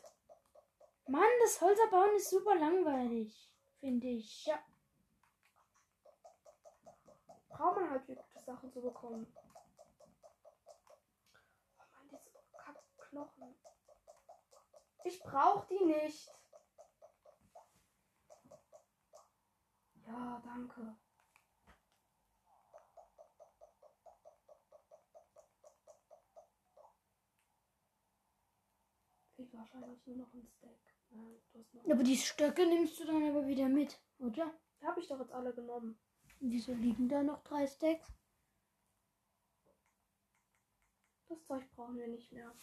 Mann, das Holzerbauen ist super langweilig, finde ich. Ja. braucht man halt wirklich gute Sachen zu bekommen. Oh Mann, diese Kackknochen. Ich brauch die nicht. Ja, danke. Fehlt wahrscheinlich nur noch ein Stack. Ja, du hast noch. Aber die Stöcke nimmst du dann aber wieder mit, oder? Die Hab ich doch jetzt alle genommen. Wieso liegen da noch drei Stacks? Das Zeug brauchen wir nicht mehr.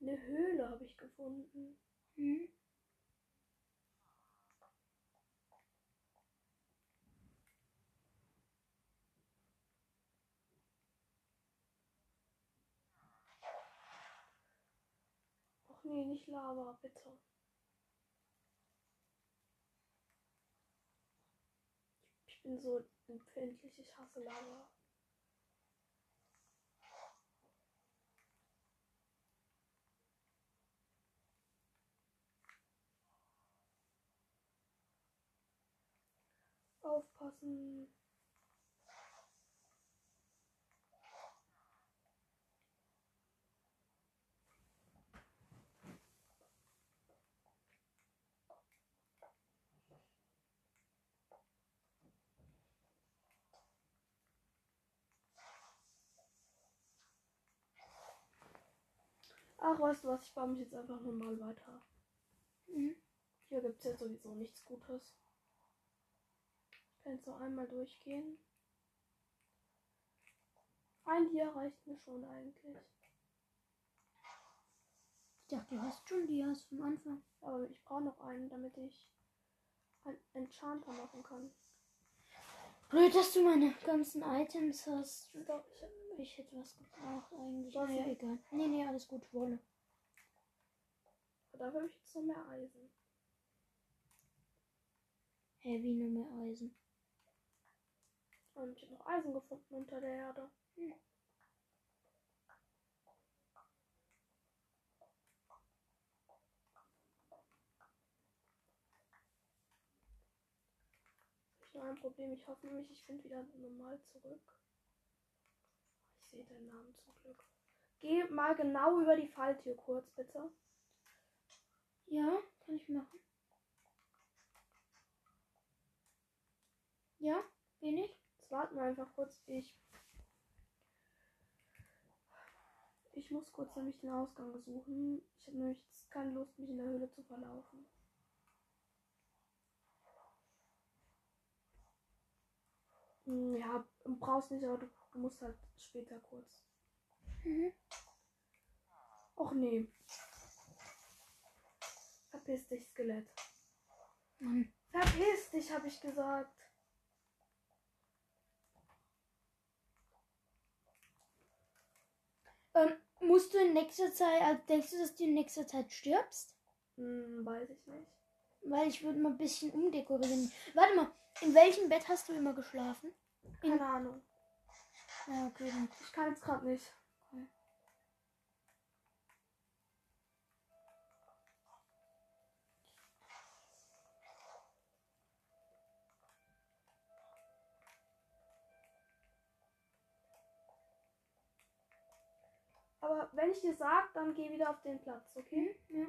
Eine Höhle habe ich gefunden. Hm? Ach nee, nicht Lava, bitte. Ich bin so empfindlich, ich hasse Lava. Aufpassen. Ach, weißt du was, ich baue mich jetzt einfach normal weiter. Mhm. Hier gibt es ja sowieso nichts Gutes. Ich kann jetzt noch einmal durchgehen. Ein hier reicht mir schon eigentlich. Ich dachte, du hast schon die aus vom Anfang. Aber ich brauche noch einen, damit ich einen Enchanter machen kann. Blöd, dass du meine ganzen Items hast. Ich glaub, ich hab- Ich hätte was gebraucht eigentlich. Was? Naja, egal. Nee, nee, alles gut, Wolle. Dafür habe ich jetzt noch mehr Eisen. Heavy, nur mehr Eisen. Und ich habe noch Eisen gefunden unter der Erde. Hm. Ich habe noch ein Problem. Ich hoffe nämlich, ich finde wieder normal zurück. Ich sehe deinen Namen zum Glück. Geh mal genau über die Falltür kurz, bitte. Ja, kann ich machen. Ja, bin ich? Jetzt warten wir einfach kurz. Ich. Ich muss kurz nämlich den Ausgang suchen. Ich habe nämlich jetzt keine Lust, mich in der Höhle zu verlaufen. Hm, Ja, brauchst nicht, aber du, du musst halt später kurz. Mhm. Och nee. Verpiss dich, Skelett. Mann. Verpiss dich, habe ich gesagt. Ähm, musst du in nächster Zeit, also denkst du, dass du in nächster Zeit stirbst? Hm, weiß ich nicht. Weil ich würde mal ein bisschen umdekorieren. Warte mal, in welchem Bett hast du immer geschlafen? Keine Ahnung. Ja, okay, dann. Ich kann jetzt gerade nicht. Aber wenn ich dir sag, dann geh wieder auf den Platz, okay? Ja.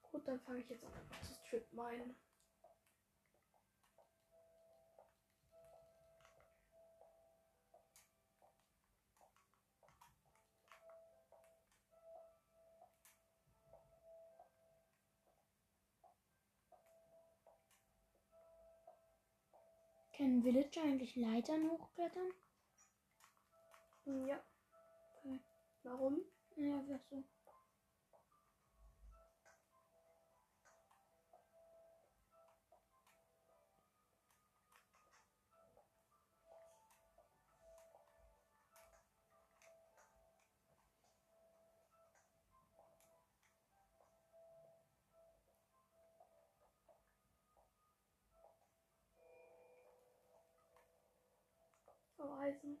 Gut, dann fange ich jetzt an einfach zu Strip mine. Können Villager eigentlich Leitern hochklettern? Hm, Ja. Okay. Warum? Ja, einfach so. Oh, Eisen.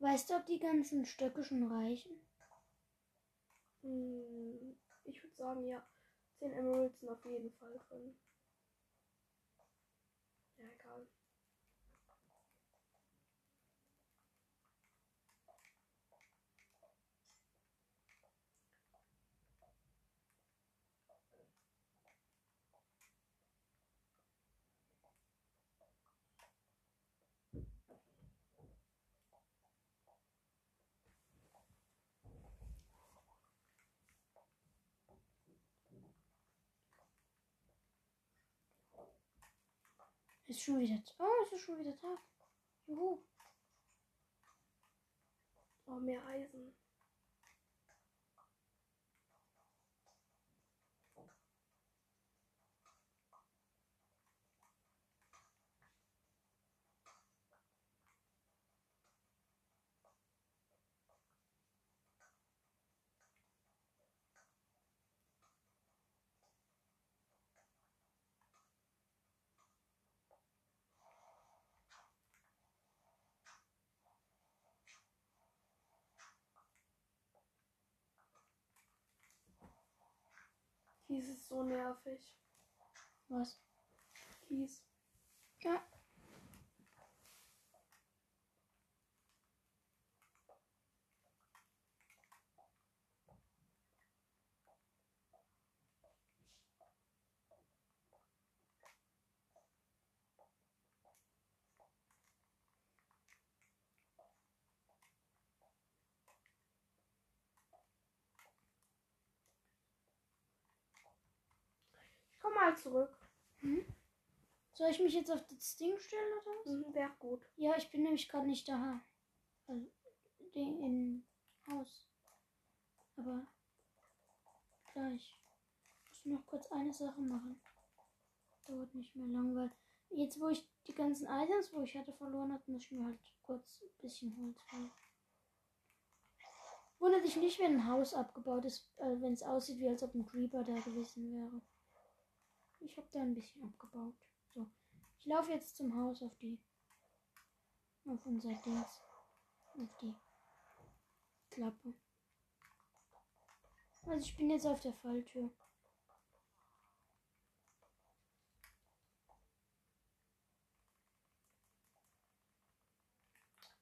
Weißt du, ob die ganzen Stöcke schon reichen? Hm, Ich würde sagen, ja. 10 Emeralds sind auf jeden Fall drin. Ja, egal. Ist schon wieder. Oh, es ist schon wieder Tag. Juhu. Oh, mehr Eisen. Kies ist so nervig. Was? Kies. Ja. Ich komm mal zurück. Soll ich mich jetzt auf das Ding stellen oder was? Mhm, Wäre gut. Ja, ich bin nämlich gerade nicht da. Also, Ding im Haus. Aber gleich. Ich muss noch kurz eine Sache machen. Dauert nicht mehr lang, weil jetzt, wo ich die ganzen Items, wo ich hatte, verloren habe, muss ich mir halt kurz ein bisschen Holz holen. Wundert dich nicht, wenn ein Haus abgebaut ist, äh, wenn es aussieht, wie als ob ein Creeper da gewesen wäre. Ich habe da ein bisschen abgebaut. So. Ich laufe jetzt zum Haus auf die auf unser Dings. Auf die Klappe. Also ich bin jetzt auf der Falltür.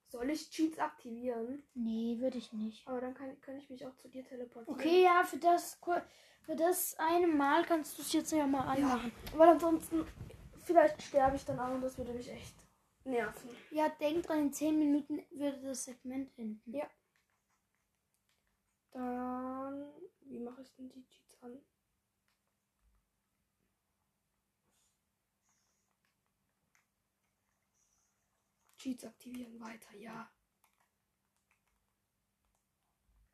Soll ich Cheats aktivieren? Nee, würde ich nicht. Aber dann kann, kann ich mich auch zu dir teleportieren. Okay, ja, für das kur- für das eine Mal kannst du es jetzt ja mal anmachen. Weil ansonsten, vielleicht sterbe ich dann auch und das würde mich echt nerven. Ja, denk dran, in 10 Minuten würde das Segment enden. Ja. Dann, wie mache ich denn die Cheats an? Cheats aktivieren, weiter, ja.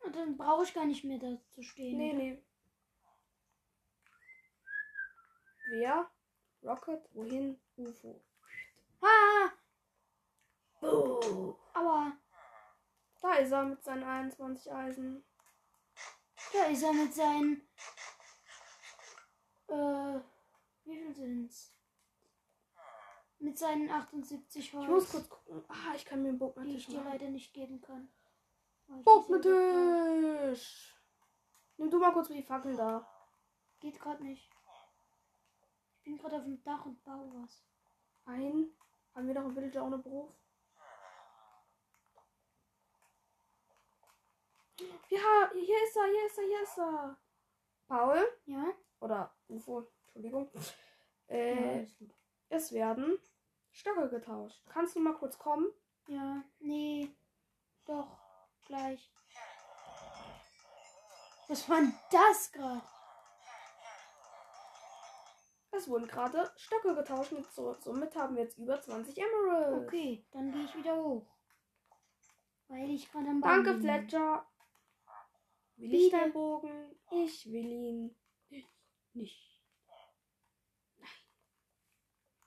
Und dann brauche ich gar nicht mehr da zu stehen. Nee, nee. Wer? Rocket? Wohin? UFO. Ah, Oh. aua. Da ist er mit seinen 21 Eisen. Da ist er mit seinen. Äh, wie viel sind's? Mit seinen 78 Holz. Ich muss kurz gucken. Ah, ich kann mir einen die ich Bogenatisch dir machen. leider nicht geben kann. Weil ich die selber- Bogenatisch! Nimm du mal kurz die Fackeln da. Geht gerade nicht. Ich bin gerade auf dem Dach und baue was. Ein. Haben wir noch einen Villager ohne Beruf? Ja, hier ist er, hier ist er, hier ist er. Paul Ja? oder UFO, Entschuldigung. ja, Äh, alles gut. es werden Stöcke getauscht. Kannst du mal kurz kommen? ja, nee. Doch, gleich. Was war denn das gerade? Es wurden gerade Stöcke getauscht und so, somit haben wir jetzt über 20 Emeralds. Okay, dann gehe ich wieder hoch. Weil ich gerade am Baum Danke, bin. Fletcher. Will Bitte. ich deinen Bogen? Ich will ihn. Ich nicht.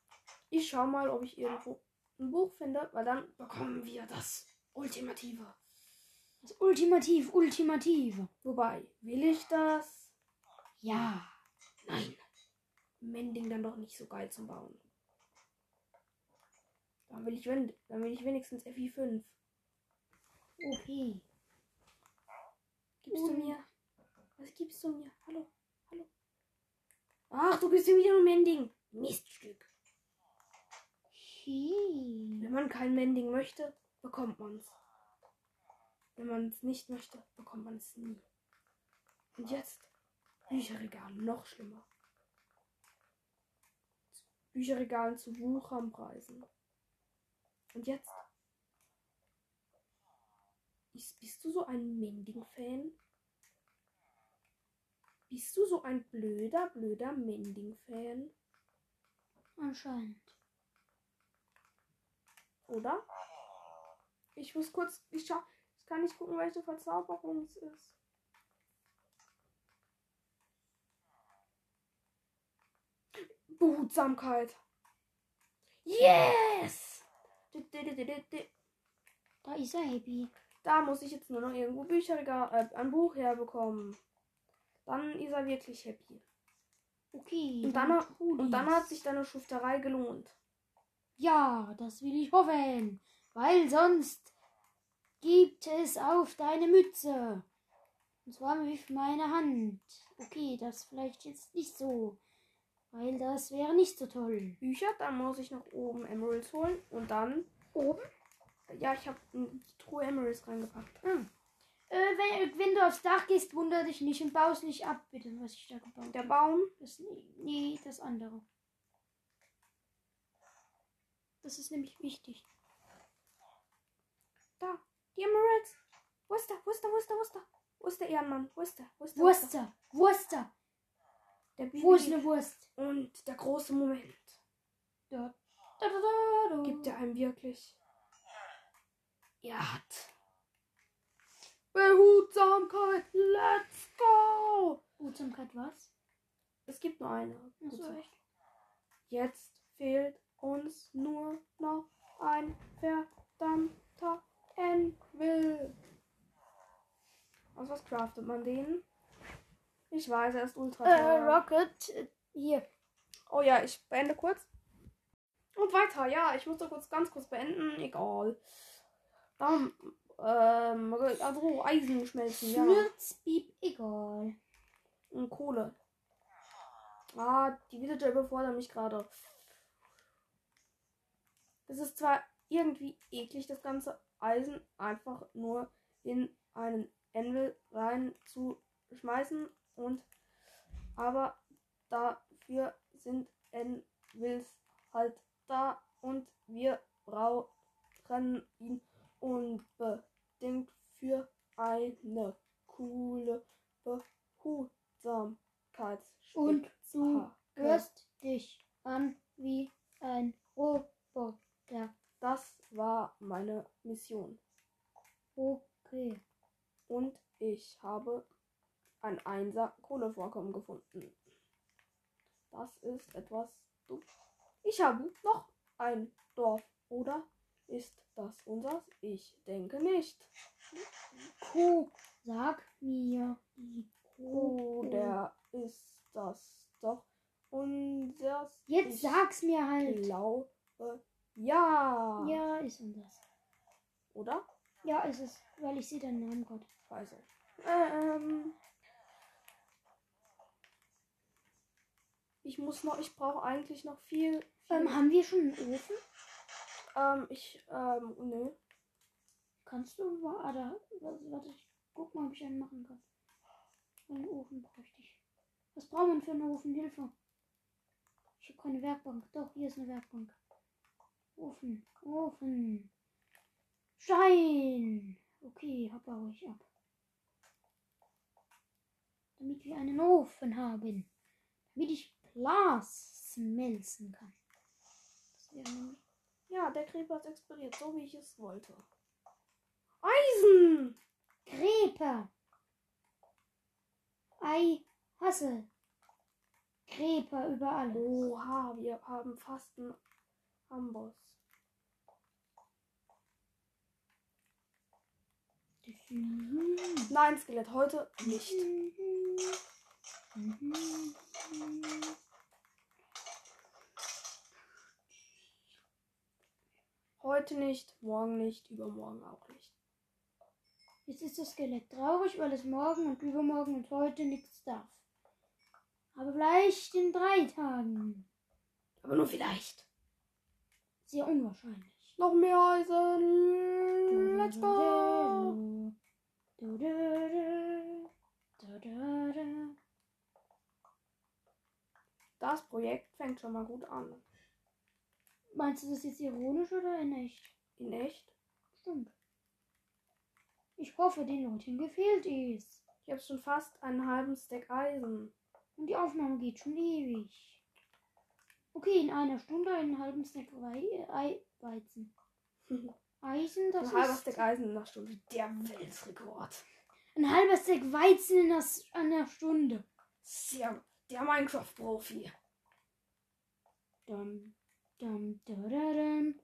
Nein. Ich schau mal, ob ich irgendwo ein Buch finde, weil dann bekommen wir das Ultimative. Das Also Ultimativ, Ultimative. Wobei, will ich das? Ja. Nein. Mending dann doch nicht so geil zum Bauen. Dann will ich, wen- dann will ich wenigstens FI5. Okay. Gibst Oh. du mir? Was gibst du mir? Hallo? Hallo? Ach, du gibst mir wieder ein Mending. Miststück. Hi. Wenn man kein Mending möchte, bekommt man es. Wenn man es nicht möchte, bekommt man es nie. Und jetzt Bücherregal, noch schlimmer. Bücherregalen zu Wucherpreisen. Und jetzt? Ist, bist du so ein Mending-Fan? Bist du so ein blöder, blöder Mending-Fan? Anscheinend. Oder? Ich muss kurz. Ich, scha ich kann nicht gucken, welche Verzauberung es ist. Behutsamkeit. Yes! Da ist er happy. Da muss ich jetzt nur noch irgendwo Bücherregal, äh, ein Buch herbekommen. Dann ist er wirklich happy. Okay. Und dann, hat- tu und dann dies. hat sich deine Schufterei gelohnt. Ja, das will ich hoffen. Weil sonst gibt es auf deine Mütze. Und zwar mit meiner Hand. Okay, das vielleicht jetzt nicht so. Weil das wäre nicht so toll. Bücher, dann muss ich nach oben Emeralds holen und dann. Oben? Ja, ich habe die Truhe Emeralds reingepackt. Hm. Äh, wenn, wenn du aufs Dach gehst, wunder dich nicht und baust nicht ab, bitte, was ich da gebaut Der habe. Baum. Das, nee, das andere. Das ist nämlich wichtig. Da. Die Emeralds. Wo ist der? Wo ist der? Wo ist der? Wo ist der? Wo ist der Ehrenmann? Wo ist der? Wo ist der? ist der? Wurster, Wurster. Der Bibi. Wo ist eine Wurst? Und der große Moment. Da, da, da, da, da. Gibt er einem wirklich. Ja, hat. Behutsamkeit. Let's go. Behutsamkeit Oh, was? Es gibt nur eine. Ach so, Behutsamkeit. echt? Jetzt fehlt uns nur noch ein verdammter Anvil. Aus was craftet man den? Ich weiß, er ist ultra Äh, teuer. Rocket, äh, hier. Oh ja, ich beende kurz. Und weiter, ja, ich muss doch kurz ganz kurz beenden. Egal. Dann, ähm, also Eisen schmelzen, ja. Schmurzbieb, egal. Und Kohle. Ah, die Villager überfordern mich gerade. Das ist zwar irgendwie eklig, das ganze Eisen einfach nur in einen Anvil reinzuschmeißen und aber dafür sind Anvils halt da und wir brauchen ihn unbedingt für eine coole Behutsamkeit. Und du Aha. hörst dich an wie ein Roboter. Das war meine Mission. Okay. Und ich habe ein Einser Kohlevorkommen gefunden. Das ist etwas doof. Ich habe noch ein Dorf, oder? Ist das unseres? Ich denke nicht. Kuh, sag mir die Kuh. Oder Oh, ist das doch unseres? Jetzt ich sag's mir halt. glaube ja. Ja, ist anders. Oder? Ja, ist es, weil ich sehe deinen Namen gerade. Also. Ähm. Ich muss noch, ich brauche eigentlich noch viel. viel Ähm, haben wir schon einen Ofen? ähm, ich, ähm, nö. Kannst du? wa- Ah, da. Warte, warte, ich guck mal, ob ich einen machen kann. Einen Ofen bräuchte ich. Was braucht man für einen Ofen? Hilfe. Ich habe keine Werkbank. Doch, hier ist eine Werkbank. Ofen, Ofen. Stein. Okay, hab baue ich ab. Damit wir einen Ofen haben. Damit ich Glas schmelzen kann. Das wäre nämlich Ja, der Creeper ist explodiert, so wie ich es wollte. Eisen! Crepe. Ei, hasse. Crepe überall. Oha, wir haben fast einen Amboss. Nein, Skelett, heute nicht. Heute nicht, morgen nicht, übermorgen auch nicht. Jetzt ist das Skelett traurig, weil es morgen und übermorgen und heute nichts darf. Aber vielleicht in drei Tagen. Aber nur vielleicht. Sehr unwahrscheinlich. Noch mehr Eisen! Let's go! Das Projekt fängt schon mal gut an. Meinst du das jetzt ironisch oder in echt? In echt? Stimmt. Ich hoffe, den Leuten gefehlt ist. Ich habe schon fast einen halben Stack Eisen. Und die Aufnahme geht schon ewig. Okay, in einer Stunde einen halben Snack Wei- Ei Weizen. Eisen, das Ein halber ist Stack Eisen in einer Stunde. Der Weltrekord. ein halber Stack Weizen in der, S- an der Stunde. Sehr, der Minecraft-Profi. Dum, dum, dadadum,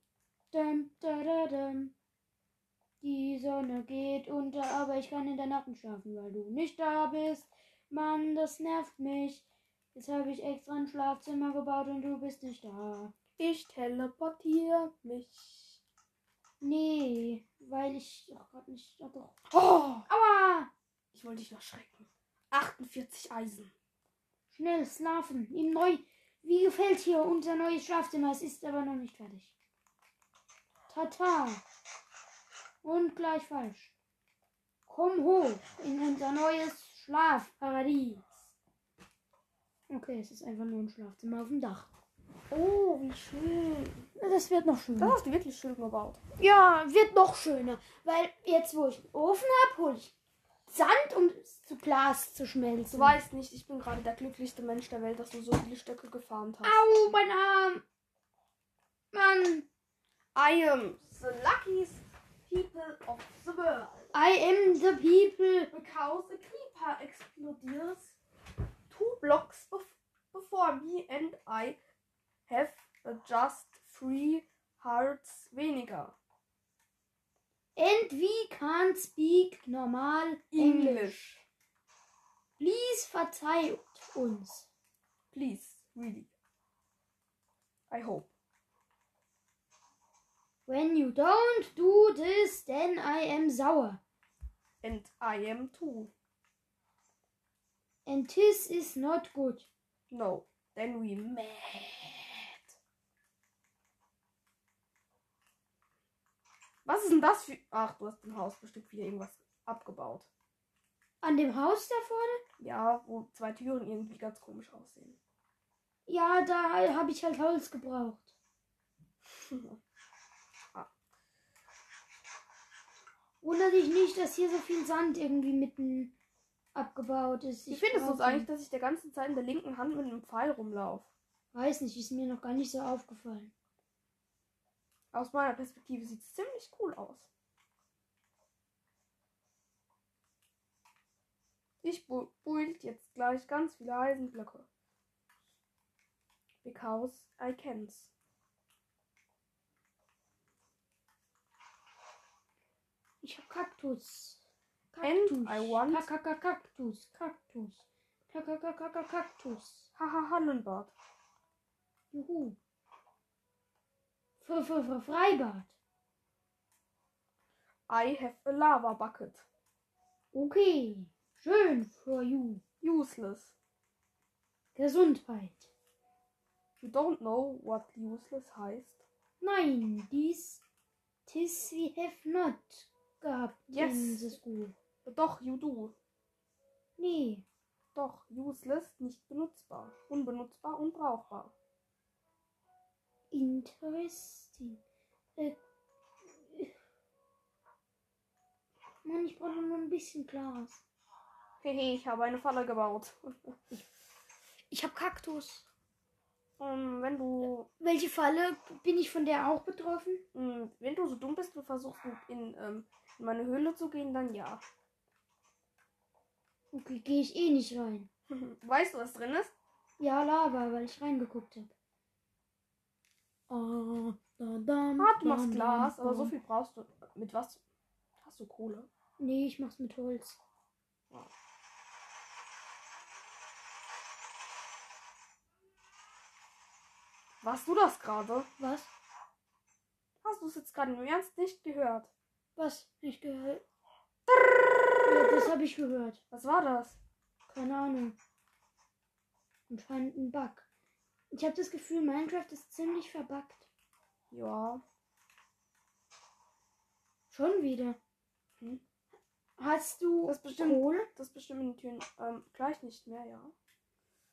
dum, dadadum. Die Sonne geht unter, aber ich kann in der Nacht nicht schlafen, weil du nicht da bist. Mann, das nervt mich. Jetzt habe ich extra ein Schlafzimmer gebaut und du bist nicht da. Ich teleportiere mich. Nee, weil ich. Ach Gott, nicht. Ach doch. Oh, Aua! ich wollte dich noch schrecken. 48 Eisen. Schnell, schlafen. Ihm neu. Wie gefällt hier unser neues Schlafzimmer? Es ist aber noch nicht fertig. Tata. Und gleich falsch. Komm hoch in unser neues Schlafparadies. Okay, es ist einfach nur ein Schlafzimmer auf dem Dach. Oh, wie schön. Das wird noch schöner. Das hast du wirklich schön gebaut. Ja, wird noch schöner. Weil jetzt, wo ich einen Ofen habe, hole ich Sand, um es zu Glas zu Du schmelzen. weißt nicht, ich bin gerade der glücklichste Mensch der Welt, dass du so viele Stöcke gefarmt hast. Au, mein Arm. Mann. I am the luckiest people of the world. I am the people. Because a creeper explodes two blocks bef before me and I have just three hearts weniger. And we can't speak normal English. English. Please verzeiht uns. Please, really. I hope. When you don't do this, then I am sauer. And I am too. And this is not good. No, then we mad. Was ist denn das für... Ach, du hast im Haus bestimmt wieder irgendwas abgebaut. An dem Haus da vorne? Ja, wo zwei Türen irgendwie ganz komisch aussehen. Ja, da habe ich halt Holz gebraucht. Wundere dich nicht, dass hier so viel Sand irgendwie mitten abgebaut ist. Wie findest du es brauch den- eigentlich, dass ich der ganzen Zeit in der linken Hand mit einem Pfeil rumlaufe? Weiß nicht, ist mir noch gar nicht so aufgefallen. Aus meiner Perspektive sieht es ziemlich cool aus. Ich bu- build jetzt gleich ganz viele Eisenblöcke. Because I can's. Ich habe Kaktus. And Kaktus. I want- Kak- kak- kak- Kaktus. Kaktus. Kak- kak- kak- kak- kak- Kaktus. Haha, Hallenbad. Juhu. Für, für, für Freibad. I have a lava bucket. Okay. Schön for you. Useless. Gesundheit. You don't know what useless heißt. Nein, dies. Tis we have not gehabt Yes. in the school. Doch, you do. Nee. Doch, useless, nicht benutzbar. Unbenutzbar, unbrauchbar. Interesting. Äh. Mann, ich brauche nur ein bisschen Glas. Hehe, ich habe eine Falle gebaut. Ich habe Kaktus. Ähm, wenn du Welche Falle? Bin ich von der auch betroffen? Mm, Wenn du so dumm bist und versuchst, in, in, ähm, in meine Höhle zu gehen, dann ja. Okay, gehe ich eh nicht rein. weißt du, was drin ist? Ja, Lava, weil ich reingeguckt habe. Ah, da, da, Ah, du machst da, Glas, da, aber da. so viel brauchst du. Mit was? Hast du Kohle? Nee, ich mach's mit Holz. Warst du das gerade? Was? Hast du es jetzt gerade im Ernst nicht gehört? Was? Nicht gehört. Ja, das habe ich gehört. Was war das? Keine Ahnung. Anscheinend ein Bug. Ich habe das Gefühl, Minecraft ist ziemlich verbuggt. Ja. Schon wieder. Hm. Hast du Das ist bestimmt- Kohle? Das bestimmen die Türen ähm, gleich nicht mehr, ja.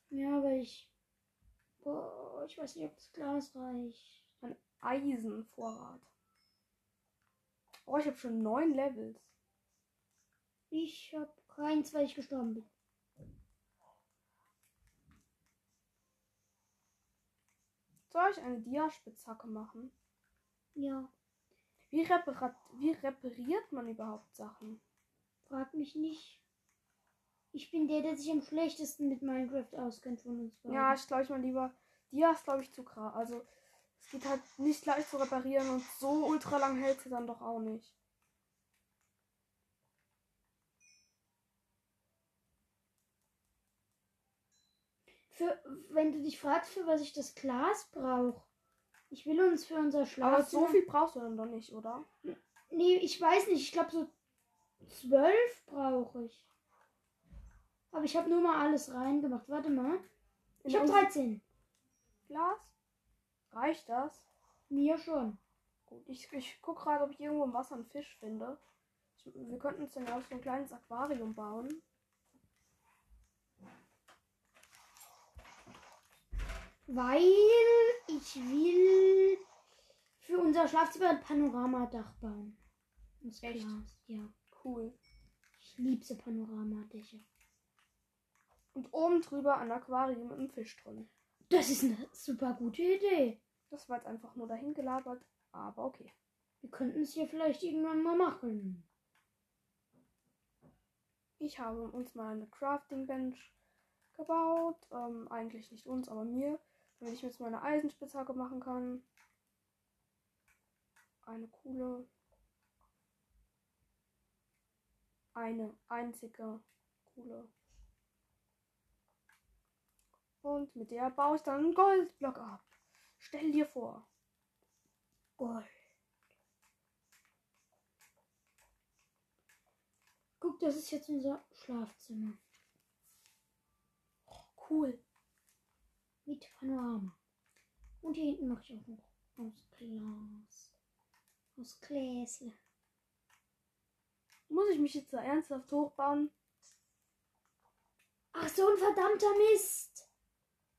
Ja, aber ich. Boah, ich weiß nicht, ob das Glas reicht. Eisenvorrat. Oh, ich habe schon neun Levels. Ich hab keins, weil ich gestorben bin. Soll ich eine Diaspitzhacke machen? Ja. Wie, reparat, wie repariert man überhaupt Sachen? Frag mich nicht. Ich bin der, der sich am schlechtesten mit Minecraft auskennt von uns beiden. Ja, ich glaube, ich mein lieber, Dia ist, glaube ich, zu krass. Also, es geht halt nicht leicht zu reparieren und so ultra lang hält sie dann doch auch nicht. für, wenn du dich fragst, für was ich das Glas brauche. Ich will uns für unser Aber so Schlafzimmer... viel brauchst du dann doch nicht, oder? Nee, ich weiß nicht. Ich glaube, so zwölf brauche ich. Aber ich habe nur mal alles reingemacht. Warte mal. Ich In habe unser 13. Glas? Reicht das? Mir schon. Gut, ich, ich gucke gerade, ob ich irgendwo im Wasser einen Fisch finde. Ich, wir könnten uns dann ja auch so ein kleines Aquarium bauen. Weil ich will für unser Schlafzimmer ein Panoramadach bauen. Aus Echt? Glas. Ja. Cool. Ich liebe so Panoramadächer. Und oben drüber ein Aquarium mit einem Fisch drin. Das ist eine super gute Idee. Das war jetzt einfach nur dahin gelabert, aber okay. Wir könnten es hier vielleicht irgendwann mal machen. Ich habe uns mal eine Crafting Bench gebaut. Ähm, eigentlich nicht uns, aber mir. Damit ich jetzt meine Eisenspitzhacke machen kann. Eine coole. Eine einzige coole. Und mit der baue ich dann einen Goldblock ab. Stell dir vor. Gold. Guck, das ist jetzt unser Schlafzimmer Cool. mit Panorama. Und hier hinten mache ich auch noch aus Glas. Aus Gläsle. Muss ich mich jetzt da ernsthaft hochbauen? Ach, so ein verdammter Mist.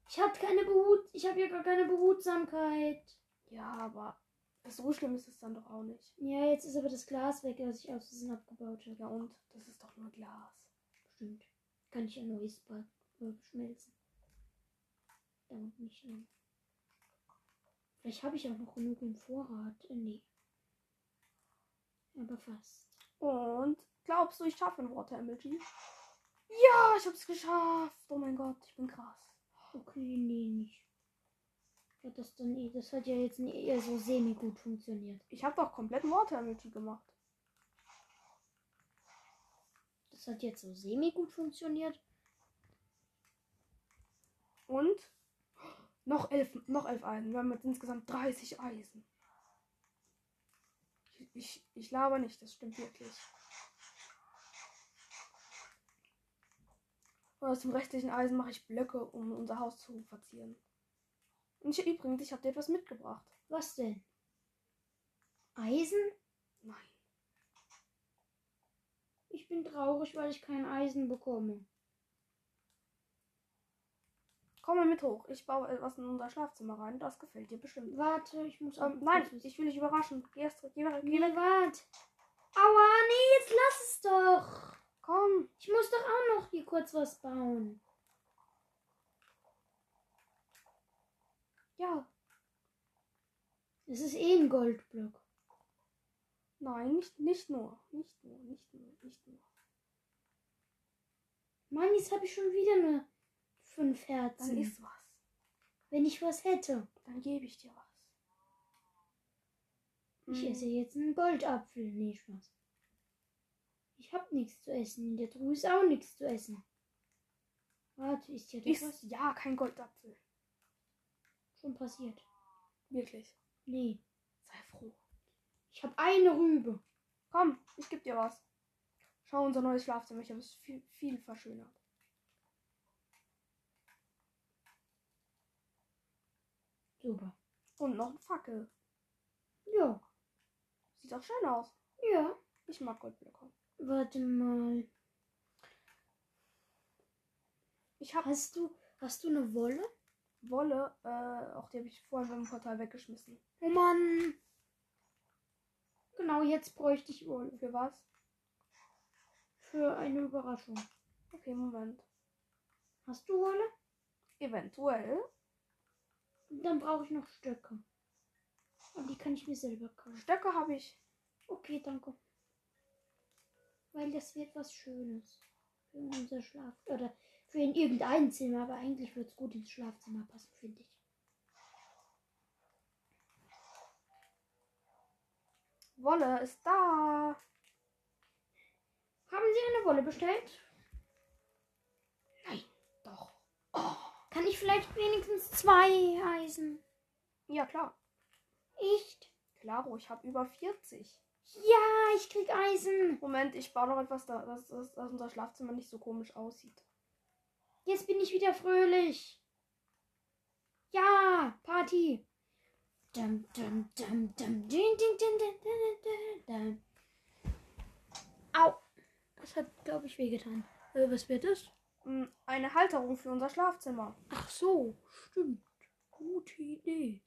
Ich habe keine Behut ich habe ja gar keine Behutsamkeit. Ja, aber so schlimm ist es dann doch auch nicht. Ja, jetzt ist aber das Glas weg, das ich aus Versehen abgebaut habe. Ja und? Das ist doch nur Glas. Stimmt. Kann ich ein neues Back äh, schmelzen. Dauert nicht lang. Vielleicht habe ich auch noch genug im Vorrat. Äh, nee. Aber fast. Und glaubst du, ich schaffe ein Water Emoji? Ja, ich hab's geschafft. Oh mein Gott, ich bin krass. Okay, nee, nicht. Hat das dann eh, das hat ja jetzt nie- eher so semi-gut funktioniert. Ich habe doch komplett ein Water Emoji gemacht. Das hat jetzt so semi-gut funktioniert. Und noch elf, noch elf Eisen. Wir haben jetzt insgesamt 30 Eisen. Ich, ich, ich laber nicht, das stimmt wirklich. Und aus dem restlichen Eisen mache ich Blöcke, um unser Haus zu verzieren. Und ich, übrigens, ich habe dir etwas mitgebracht. Was denn? Eisen? Nein. Ich bin traurig, weil ich kein Eisen bekomme. Komm mal mit hoch. Ich baue etwas in unser Schlafzimmer rein. Das gefällt dir bestimmt. Warte, ich muss. Ähm, auch- nein, ich will dich überraschen. Geh erst geh, geh, Nee, geh weg. wart. Aua, nee, jetzt lass es doch. Komm. Ich muss doch auch noch hier kurz was bauen. Ja. Es ist eh ein Goldblock. Nein, nicht, nicht nur. Nicht nur, nicht nur, nicht nur. Mann, jetzt habe ich schon wieder eine 5 Dann Herzen. ist was. Wenn ich was hätte. Dann gebe ich dir was. Ich Hm. esse jetzt einen Goldapfel. Nee, Spaß. Ich hab nichts zu essen. In der Truhe ist auch nichts zu essen. Warte, ist ja doch Ist was ja kein Goldapfel. schon passiert. Wirklich. Nee. Sei froh. Ich habe eine Rübe. Komm, ich gebe dir was. Schau unser neues Schlafzimmer. Ich habe es viel, viel verschönert. Super. Und noch eine Fackel. Ja. Sieht auch schön aus. Ja. Ich mag Goldblöcke. Warte mal. Ich habe Hast du, hast du eine Wolle? Wolle, äh, auch die habe ich vorher beim Portal weggeschmissen. Oh Mann. Genau, jetzt bräuchte ich Wolle. Für was? Für eine Überraschung. Okay, Moment. Hast du Wolle? Eventuell. Dann brauche ich noch Stöcke. Und die kann ich mir selber kaufen. Stöcke habe ich Okay, danke. Weil das wird was Schönes. Für unser Schlaf. Oder für in irgendein Zimmer, aber eigentlich wird es gut ins Schlafzimmer passen, finde ich. Wolle ist da. Haben Sie eine Wolle bestellt? Doch. Kann ich vielleicht wenigstens zwei heißen? Ja, klar. Echt? Klaro, ich habe über 40. Ja, ich krieg Eisen. Moment, ich baue noch etwas, da, dass, dass, dass unser Schlafzimmer nicht so komisch aussieht. Jetzt bin ich wieder fröhlich. Ja, Party. Dum, dum, dum, dum, ding, ding, ding, ding, ding, ding, ding, dum. Au. Das hat, glaube ich, wehgetan. Äh, was wird das? Hm, Eine Halterung für unser Schlafzimmer. Ach so, stimmt. Gute Idee.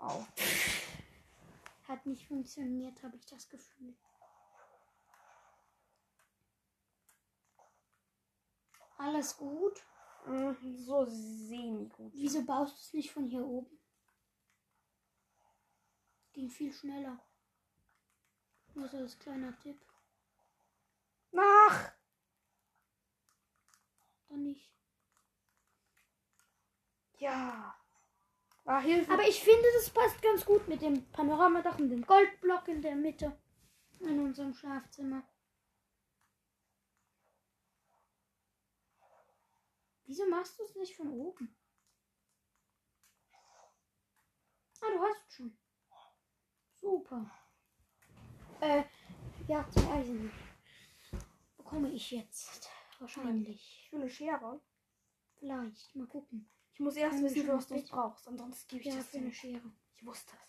Au. Hat nicht funktioniert, habe ich das Gefühl. Alles gut? Hm, So semi gut. Wieso baust du es nicht von hier oben? Ging viel schneller. Nur so als kleiner Tipp. Nach! Dann nicht. Ja. Ah, Hilfe. Aber ich finde, das passt ganz gut mit dem Panoramadach und dem Goldblock in der Mitte. In unserem Schlafzimmer. Wieso machst du es nicht von oben? Ah, du hast schon. Super. Äh, ja, zum Eisen. Bekomme ich jetzt. Wahrscheinlich. ich will eine Schere. Vielleicht. Mal gucken. Ich muss erst Kann wissen, schon für was du es mit- brauchst. Ansonsten gebe ich Ja, das für dir eine nicht. Schere. Ich wusste es.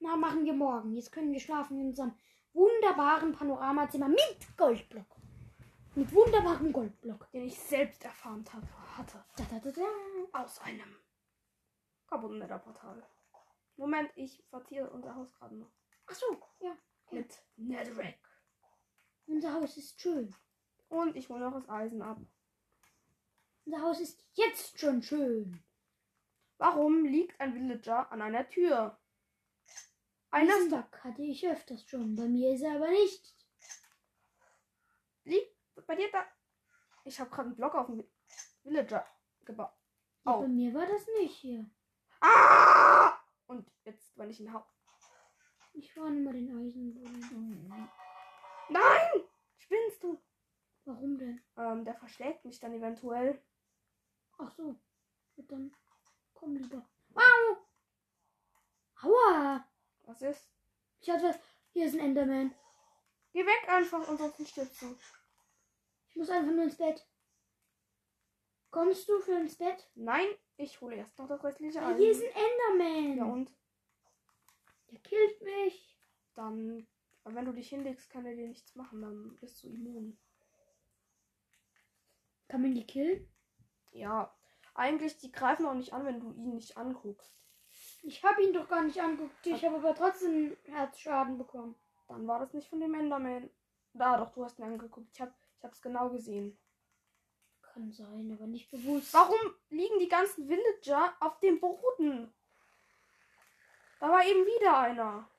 Na, machen wir morgen. Jetzt können wir schlafen in unserem wunderbaren Panoramazimmer mit Goldblock. Mit wunderbarem Goldblock. Den ich selbst erfahren habe, hatte. Da, da, da, da. Aus einem Carbon-Nether-Portal. Moment, ich verziere unser Haus gerade noch. Ach so, ja. Mit Netherrack. Unser Haus ist schön. Und ich hole noch das Eisen ab. Unser Haus ist jetzt schon schön. Warum liegt ein Villager an einer Tür? Ein Diesen Laster. Bug hatte ich öfters schon. Bei mir ist er aber nicht. Liegt bei dir da. Ich habe gerade einen Block auf dem Villager gebaut. Ja, Oh. Bei mir war das nicht hier. Ah! Und jetzt, wenn ich ihn hau. Ich war mal den Eisenboden. Nein! Spinnst du? Warum denn? Ähm, der verschlägt mich dann eventuell. Ach so. Gut, dann komm lieber. Wow! Aua! Was ist? Ich hatte was. Hier ist ein Enderman. Geh weg einfach, ansonsten stirbst du. Ich muss einfach nur ins Bett. Kommst du für ins Bett? Nein, ich hole erst noch das restliche Ah, hier ist Eisen. ein Enderman. Ja, und Der killt mich. dann. Aber wenn du dich hinlegst, kann er dir nichts machen, dann bist du immun. Kann man die killen? Ja, eigentlich, die greifen auch nicht an, wenn du ihn nicht anguckst. Ich habe ihn doch gar nicht angeguckt. Ich habe aber trotzdem Herzschaden bekommen. Dann war das nicht von dem Enderman. Da, doch, du hast ihn angeguckt. Ich hab, ich hab's genau gesehen. Kann sein, aber nicht bewusst. Warum liegen die ganzen Villager auf dem Boden? Da war eben wieder einer.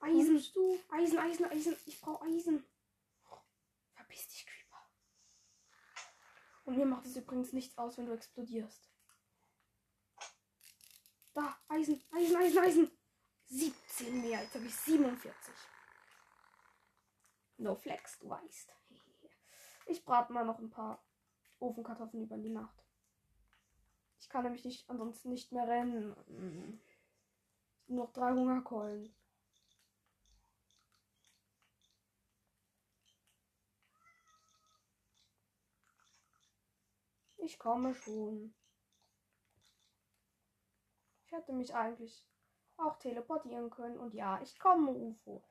Eisen, Kommst du? Eisen, Eisen, Eisen. Ich brauche Eisen. Verpiss dich, Creeper. Und mir macht es übrigens nichts aus, wenn du explodierst. Da, Eisen, Eisen, Eisen, Eisen. 17 mehr, jetzt habe ich 47. No flex, du weißt. Ich brate mal noch ein paar Ofenkartoffeln über die Nacht. Ich kann nämlich nicht, ansonsten nicht mehr rennen. Mm. Nur noch drei Hungerkeulen. Ich komme schon. Ich hätte mich eigentlich auch teleportieren können. Und ja, ich komme, UFO.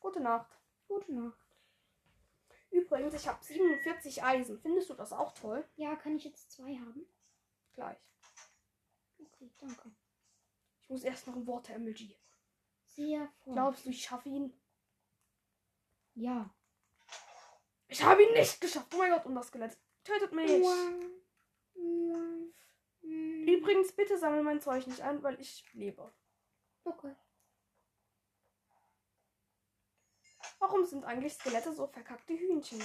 Gute Nacht. Gute Nacht. Übrigens, ich habe 47 Eisen. Findest du das auch toll? Ja, kann ich jetzt zwei haben? Gleich. Okay, danke. Ich muss erst noch ein Water-Emoji. Sehr voll. Glaubst du, ich schaffe ihn? Ja. Ich habe ihn nicht geschafft. Oh mein Gott, und das Skelett tötet mich. Aua. Übrigens, bitte sammel mein Zeug nicht ein, weil ich lebe. Okay. Warum sind eigentlich Skelette so verkackte Hühnchen?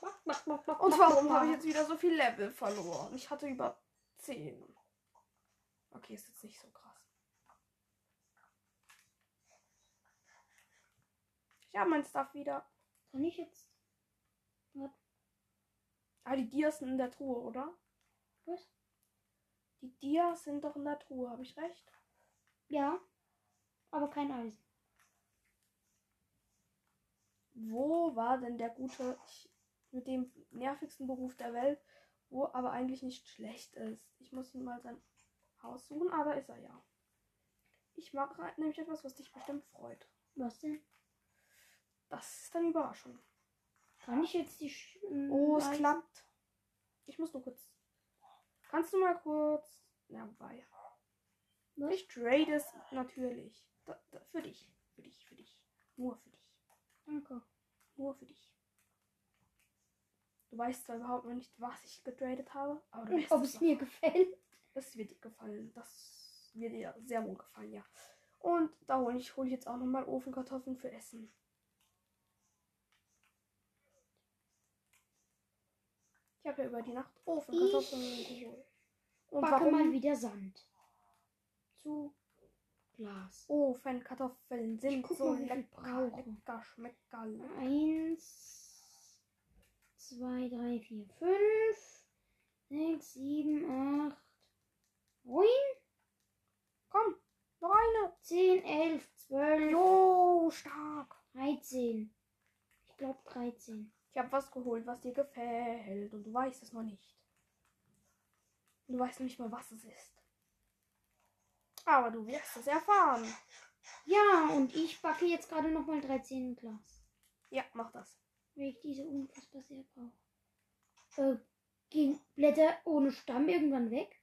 Mach, mach, mach, mach, Und mach, warum mach, habe ich mach. jetzt wieder so viel Level verloren? Ich hatte über 10. Okay, ist jetzt nicht so krass. Ich habe mein Stuff wieder. Kann ich jetzt? Ah, die Dias sind in der Truhe, oder? Was? Die Dias sind doch in der Truhe, habe ich recht? Ja. Aber kein Eisen. Wo war denn der gute, ich, mit dem nervigsten Beruf der Welt, wo aber eigentlich nicht schlecht ist? Ich muss ihn mal sein Haus suchen, aber ist er ja. Ich mache nämlich etwas, was dich bestimmt freut. Was denn? Das ist dann Überraschung. Kann ich jetzt die. Sch äh, m, Oh, es Eisen- klappt. Ich muss nur kurz. Kannst du mal kurz. Na, wobei. Was? Ich trade es natürlich. Da, da, für dich. Für dich, für dich. Nur für dich. Danke. Nur für dich. Du weißt zwar überhaupt noch nicht, was ich getradet habe, aber du Und weißt ob es mir gefällt. Das wird dir gefallen. Das wird dir sehr wohl gefallen, ja. Und da hole ich, hol ich jetzt auch nochmal Ofenkartoffeln für Essen. Ich habe ja über die Nacht Ofenkartoffeln Ich geholt. Und Backe warum mal wieder Sand. Zu Glas. Ofenkartoffeln sind guck so mal, wie viel lecker, brauche. lecker, schmecker. Eins, zwei, drei, vier, fünf, sechs, sieben, acht, neun, Komm, noch eine. zehn, elf, zwölf, Jo, stark. dreizehn. Ich glaube dreizehn. Ich habe was geholt, was dir gefällt und du weißt es noch nicht. Du weißt noch nicht mal, was es ist. Aber du wirst es erfahren. Ja, und ich backe jetzt gerade nochmal 13 im Glas. Ja, mach das. Weil ich diese unfassbar sehr brauche. Äh, gehen Blätter ohne Stamm irgendwann weg?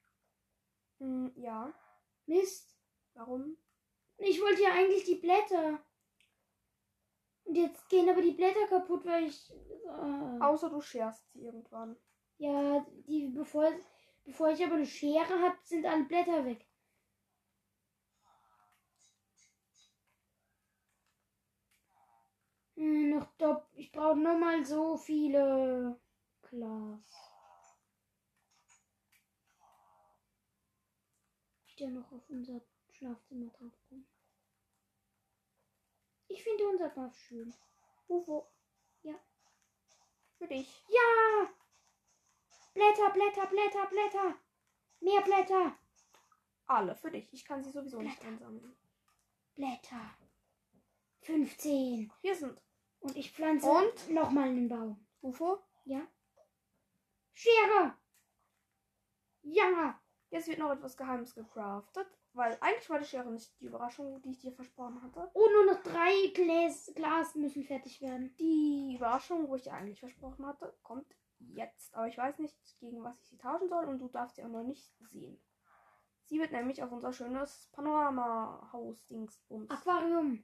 Hm, ja, Mist. warum? Ich wollte ja eigentlich die Blätter. Und jetzt gehen aber die Blätter kaputt, weil ich. Äh, Außer du scherst sie irgendwann. Ja, die, bevor, bevor ich aber eine Schere habe, sind alle Blätter weg. Hm, noch dopp. Ich brauche nochmal so viele Glas. Die da noch auf unser Schlafzimmer drauf kommen. Ich finde unser Dorf schön. Ufo. Ja. Für dich. Ja! Blätter, Blätter, Blätter, Blätter! Mehr Blätter! Alle für dich. Ich kann sie sowieso nicht einsammeln. Blätter. 15. Hier sind Und ich pflanze Und? nochmal einen Baum. Ufo. Ja? Schere! Ja! Jetzt wird noch etwas Geheimes gecraftet, weil eigentlich war die Schere nicht die Überraschung, die ich dir versprochen hatte. Oh, nur noch drei Gläs, Glas müssen fertig werden. Die Überraschung, wo ich dir eigentlich versprochen hatte, kommt jetzt. Aber ich weiß nicht, gegen was ich sie tauschen soll und du darfst sie auch noch nicht sehen. Sie wird nämlich auf unser schönes Panorama-Haus-Dings bums. Aquarium.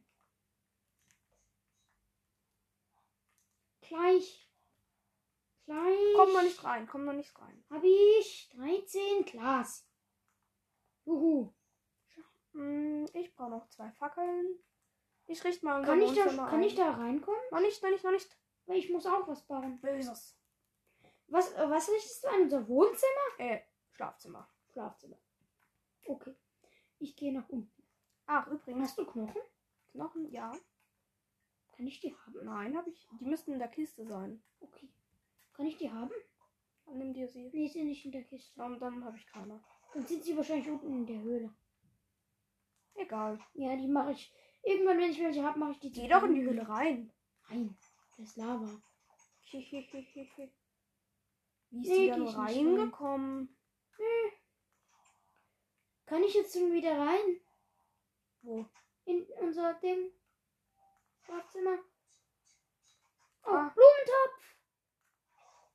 Gleich. Gleich. Komm noch nicht rein, komm noch nicht rein. Hab ich 13 Glas. Juhu. Hm, ich brauche noch zwei Fackeln. Ich richte mal unser Kann ich, da, Wohnzimmer kann ein. ich da reinkommen? Noch nicht, noch nicht, noch nicht. Weil ich muss auch was bauen. Böses. Was, äh, was richtest du an unser Wohnzimmer? Äh, Schlafzimmer. Schlafzimmer. Okay. Ich gehe nach unten. Ach, übrigens, Hast du Knochen? Knochen, ja. Kann ich die haben? Nein, habe ich. Die müssten in der Kiste sein. Okay. Kann ich die haben? Dann nimm dir sie. Nee, sind nicht in der Kiste. Und dann habe ich keine. Dann sind sie wahrscheinlich unten in der Höhle. Egal. Ja, die mache ich. Irgendwann, wenn ich welche habe, mache ich die. Geh doch in die Höhle rein. Nein, das ist Lava. Hihihihihi. Wie Nee, ist die geh dann ich nicht rein. reingekommen? Kann ich jetzt schon wieder rein? Wo? In unser Ding? Schlafzimmer? Oh, Ah. Blumentopf!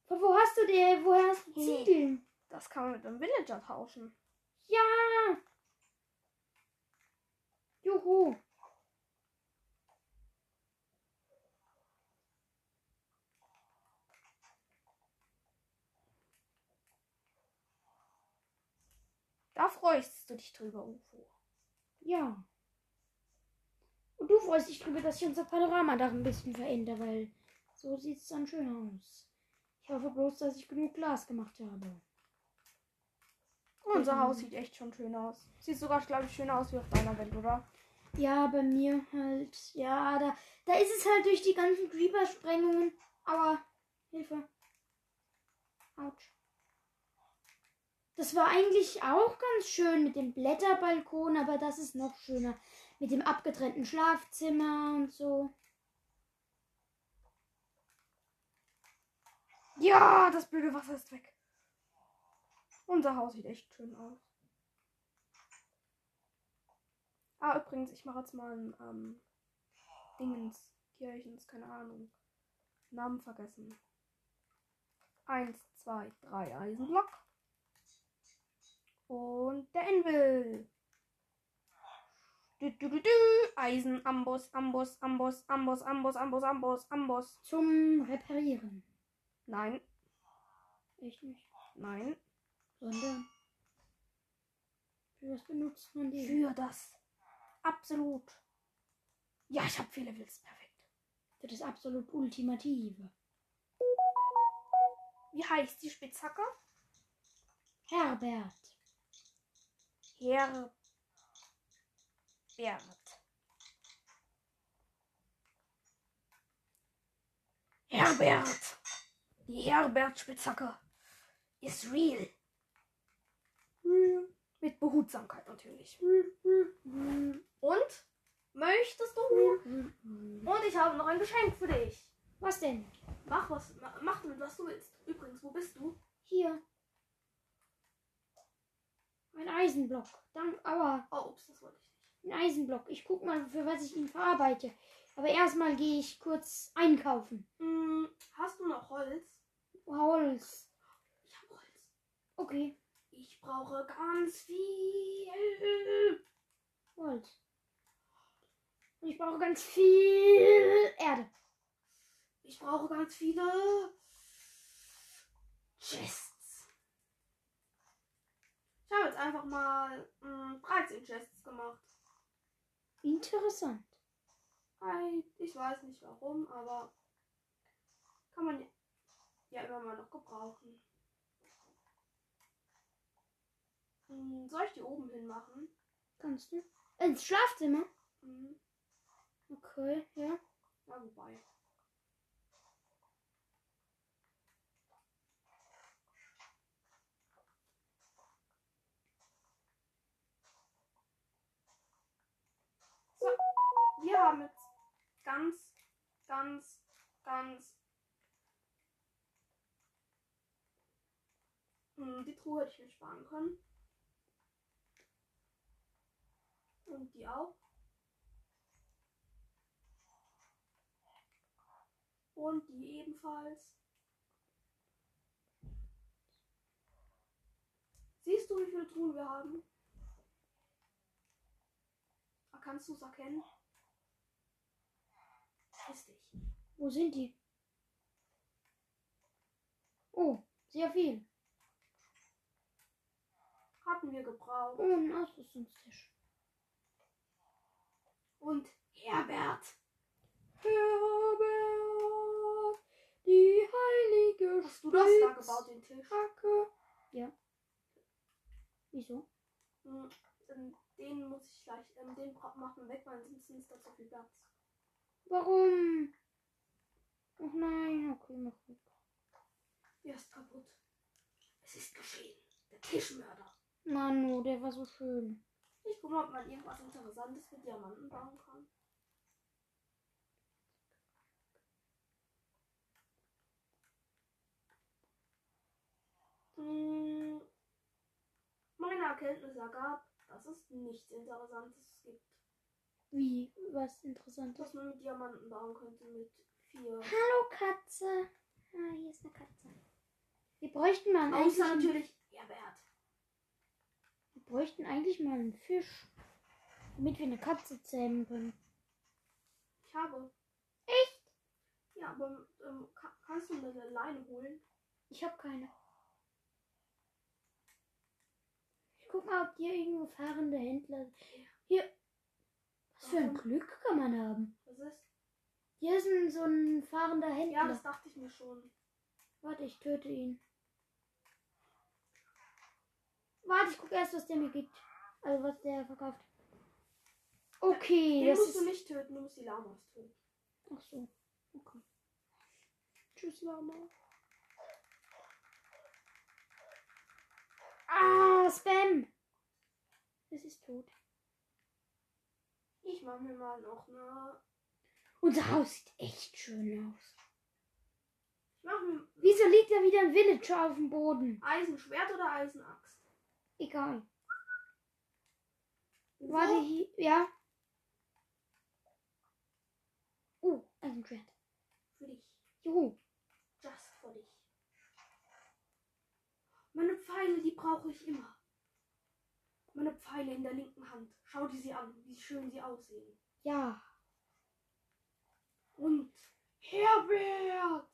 Von wo hast du den? Woher hast du Hm. Ziegeln? Das kann man mit einem Villager tauschen. Ja! Juhu! Da freust du dich drüber, Ufo. Ja. Und du freust dich drüber, dass ich unser Panoramadach ein bisschen verändere, weil so sieht es dann schön aus. Ich hoffe bloß, dass ich genug Glas gemacht habe. Unser Mhm. Haus sieht echt schon schön aus. Sieht sogar, glaube ich, schöner aus wie auf deiner Welt, oder? Ja, bei mir halt. Ja, da, da ist es halt durch die ganzen Creeper-Sprengungen. Aber Hilfe. Autsch. Das war eigentlich auch ganz schön mit dem Blätterbalkon, aber das ist noch schöner. Mit dem abgetrennten Schlafzimmer und so. Ja, das blöde Wasser ist weg. Unser Haus sieht echt schön aus. Ah, übrigens, ich mache jetzt mal ein ähm, Dingens, Kirchens, keine Ahnung. Namen vergessen. Eins, zwei, drei Eisenblock. Und der Envil. Du, du, du, du. Eisen, Amboss, Amboss, Amboss, Amboss, Amboss, Amboss, Amboss, Amboss. Zum Reparieren. Nein, Echt nicht. nein. Sondern. Für was benutzt man die? für das. Absolut. Ja, ich habe viele Levels. Perfekt. Für das absolut Ultimative. Wie heißt die Spitzhacke? Herbert. Herbert. Herbert. Die Herbert-Spitzhacke ist real. Mit Behutsamkeit natürlich. Und? Möchtest du? Mhm. Und ich habe noch ein Geschenk für dich. Was denn? Mach was, ma- mach damit, was du willst. Übrigens, wo bist du? Hier. Ein Eisenblock. Dank, aber Oh, ups, das wollte ich nicht. ein Eisenblock. Ich guck mal, für was ich ihn verarbeite. Aber erstmal gehe ich kurz einkaufen. Hm, hast du noch Holz? Holz. Ich habe Holz. Okay, Ich brauche ganz viel. Holz. Und ich brauche ganz viel Erde. Ich brauche ganz viele Chests. Ich habe jetzt einfach mal hm, 13 Chests gemacht. Interessant. Hi, ich weiß nicht warum, aber kann man ja, ja immer mal noch gebrauchen. Hm, soll ich die oben hinmachen? Kannst du? Ins Schlafzimmer? Hm, Okay, ja. ja, wobei. So, wir haben jetzt ganz, ganz, ganz. Hm, die Truhe hätte ich mir sparen können. Und die auch. Und die ebenfalls. Siehst du, wie viele Truhen wir haben? Ah, Kannst du es erkennen? Ist dich. Wo sind die? Oh, sehr viel. Hatten wir gebraucht. Oh, ein Ausrüstungstisch. Und Herbert. Herbert, die heilige Hast du das da gebaut, den Tisch? Spitzhacke. Ja. Wieso? Hm, ähm, Den muss ich gleich, ähm, den bra- macht man weg, weil sonst ist da zu viel Platz. Warum? Ach nein, okay, mach gut. Der ist kaputt. Es ist geschehen. Der Tischmörder. Nano, oh, der war so schön. Ich guck mal, ob man irgendwas Interessantes mit Diamanten bauen kann. Hm. Meine Erkenntnis ergab, dass es nichts Interessantes gibt, Wie? Was Interessantes. was man mit Diamanten bauen könnte mit vier. Hallo, Katze. Ah, hier ist eine Katze. Wir bräuchten mal eigentlich Außer einen, natürlich Herbert. wir bräuchten eigentlich mal einen Fisch, damit wir eine Katze zähmen können. Ich habe. Echt? Ja, aber ähm, ka- kannst du eine Leine holen? Ich habe keine. Guck mal, ob hier irgendwo fahrende Händler. Hier. Was für ein Glück kann man haben? Was ist? Hier ist ein, so ein fahrender Ja, Händler. das dachte ich mir schon. Warte, ich töte ihn. Warte, ich guck erst, was der mir gibt. Also, was der verkauft. Okay, Den das musst ist. du nicht töten, du musst die Lamas töten. Ach so. Tschüss, Lama. Ah, Spam! Es ist tot. Ich mache mir mal noch ne- eine. Unser Haus sieht echt schön aus. Ich mache mir Wieso liegt da wieder ein Villager auf dem Boden? Eisenschwert oder Eisenaxt? Egal. Warte, hier. Ja. Oh, ein Schwert. Für dich. Juhu. Just for dich. Meine Pfeile, die brauche ich immer. Meine Pfeile in der linken Hand. Schau dir sie an, wie schön sie aussehen. Ja. Und Herbert!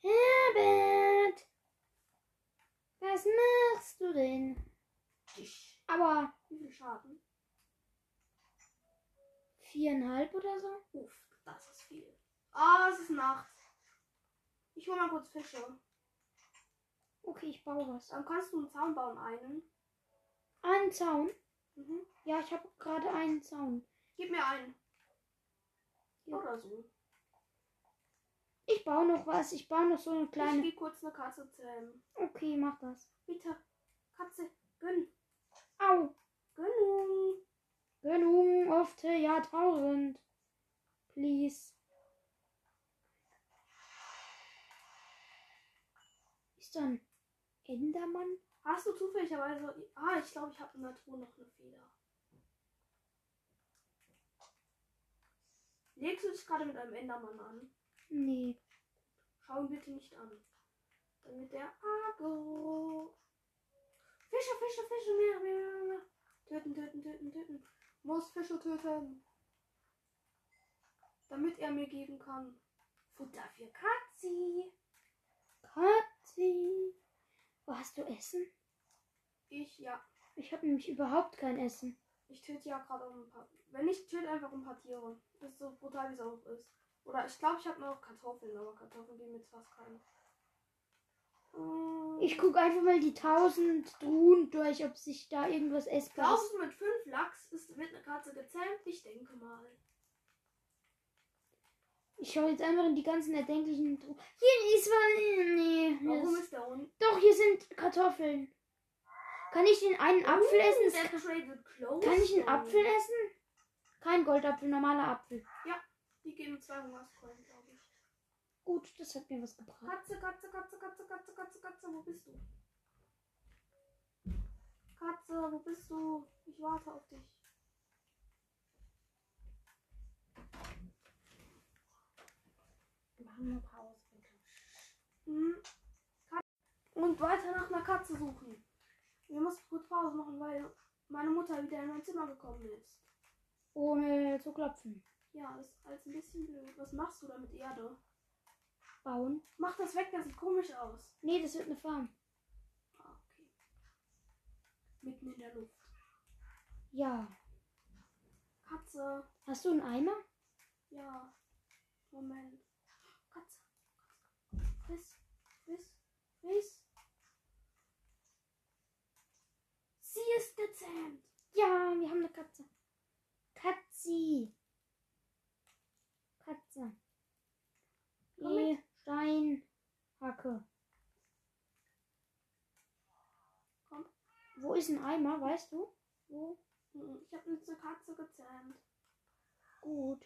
Herbert! Was machst du denn? Dich. Aber Wie viel Schaden? viereinhalb oder so? Uff, das ist viel. Ah, es ist Nacht. Ich hol mal kurz Fische. Okay, ich baue was. Dann kannst du einen Zaun bauen, einen. Einen Zaun? Mhm. Ja, ich habe gerade einen Zaun. Gib mir einen. Ja. Oder so. Ich baue noch was. Ich baue noch so eine Ich kleine. geh kurz eine Katze zähmen. Okay, mach das. Bitte, Katze, gönn. Au! Gönnung. Gönnung auf der Jahrtausend. Please. Ist da ein Endermann? Hast du zufälligerweise. Ah, ich glaube, ich habe in der Truhe noch eine Feder. Legst du dich gerade mit einem Endermann an? Nee. Schau ihn bitte nicht an. Damit der Agro. Fische, Fische, Fische, mehr, mehr, mehr. Töten, töten, töten, töten. Muss Fische töten. Damit er mir geben kann. Futter für Katzi. Katzi. Wo hast du Essen? Ich, ja. Ich habe nämlich überhaupt kein Essen. Ich töte ja gerade auch ein paar. Wenn nicht, töte einfach um ein paar Tiere. Das ist so brutal, wie es auch ist. Oder ich glaube, ich habe noch Kartoffeln, aber Kartoffeln geben jetzt fast keinen. Mm. Ich guck einfach mal die 1000 Truhen durch, ob sich da irgendwas essbar ist. Glaubst du, mit fünf Lachs ist mit einer Katze gezähmt? Ich denke mal. Ich schaue jetzt einfach in die ganzen erdenklichen Truhen. Hier ist was. Nee. Warum das- ist der unten? Doch, hier sind Kartoffeln. Kann ich den einen Apfel essen? Es Der kann, traded close. kann ich einen Apfel essen? Kein Goldapfel, normaler Apfel. Die geben 200 Coin, glaube ich. Gut, das hat mir was gebracht. Katze, Katze, Katze, Katze, Katze, Katze, Katze, wo bist du? Katze, wo bist du? Ich warte auf dich. Machen wir Pause. Mhm. Kat- Und weiter nach einer Katze suchen. Wir mussten kurz Pause machen, weil meine Mutter wieder in mein Zimmer gekommen ist. Ohne zu klopfen. Ja, das ist alles ein bisschen blöd. Was machst du da mit Erde? Bauen. Mach das weg, das sieht komisch aus. Nee, das wird eine Farm. Ah, okay. Mitten in der Luft. Ja. Katze. Hast du einen Eimer? Ja. Moment. Katze. Riss. Riss. Riss. Sie ist gezähmt. Ja, wir haben eine Katze. Katzi. Katze. Komm mit. E Steinhacke. Komm. Wo ist ein Eimer, weißt du? Wo? Mhm, Ich habe jetzt eine Katze gezähmt. Gut.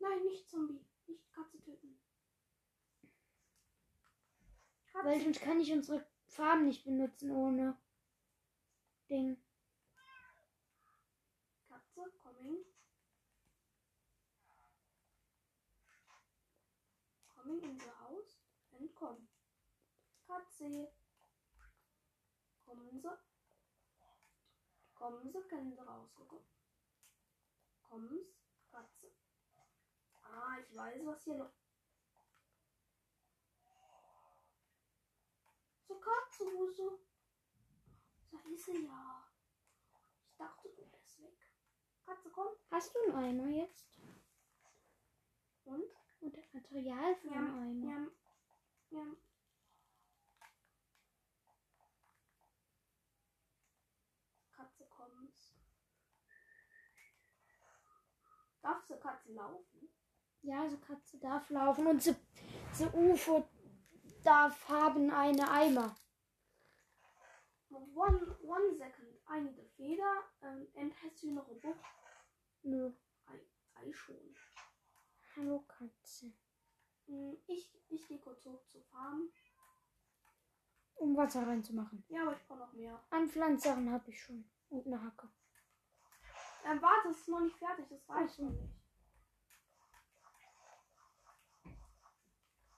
Nein, nicht Zombie. Nicht Katze töten. Katze. Weil sonst kann ich unsere Farben nicht benutzen ohne Ding. Katze, coming. Coming in the house and come. Katze. Kommen Sie. Kommen Sie, können Sie rausgucken. Kommen Sie, Katze. Ah, ich weiß, was hier noch. So, Katze, wo so? Da ist sie ja. Ich dachte, du wärst weg. Katze, komm. Hast du einen Eimer jetzt? Und? Und das Material für Ja, einen Eimer? Ja. Ja. Katze kommt. Darf sie Katze laufen? Ja, so Katze darf laufen und so, so UFO darf haben eine Eimer. One, one second. I need a Feder. Um, and has you noch a book? Nö. Ei schon. Hallo Katze. Hm, Ich, ich gehe kurz hoch zur Farm. Um Wasser reinzumachen. Ja, aber ich brauche noch mehr. An Pflanzsachen habe ich schon. Und eine Hacke. Ähm, warte, es ist noch nicht fertig, das reicht noch nicht.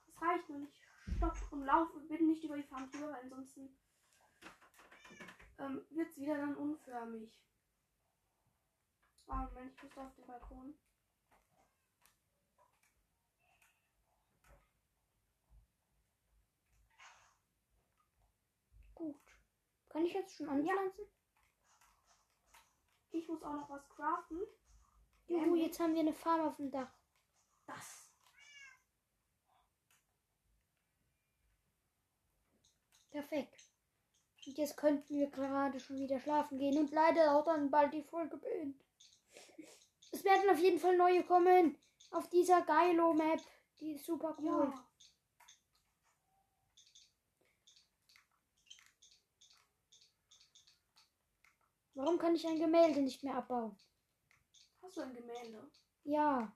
Das reicht noch nicht. Stopp und laufe bitte nicht über die Farm drüber, weil ansonsten ähm, wird es wieder dann unförmig. Ah, Moment, ich muss da auf den Balkon. Gut. Kann ich jetzt schon anpflanzen? Ich muss auch noch was craften. Ähm, Juhu, jetzt haben wir eine Farm auf dem Dach. Das. Perfekt. Und jetzt könnten wir gerade schon wieder schlafen gehen und leider auch dann bald die Folge beenden. Es werden auf jeden Fall neue kommen. Auf dieser Geilo-Map. Die ist super cool. Ja. Warum kann ich ein Gemälde nicht mehr abbauen? Hast du ein Gemälde? Ja.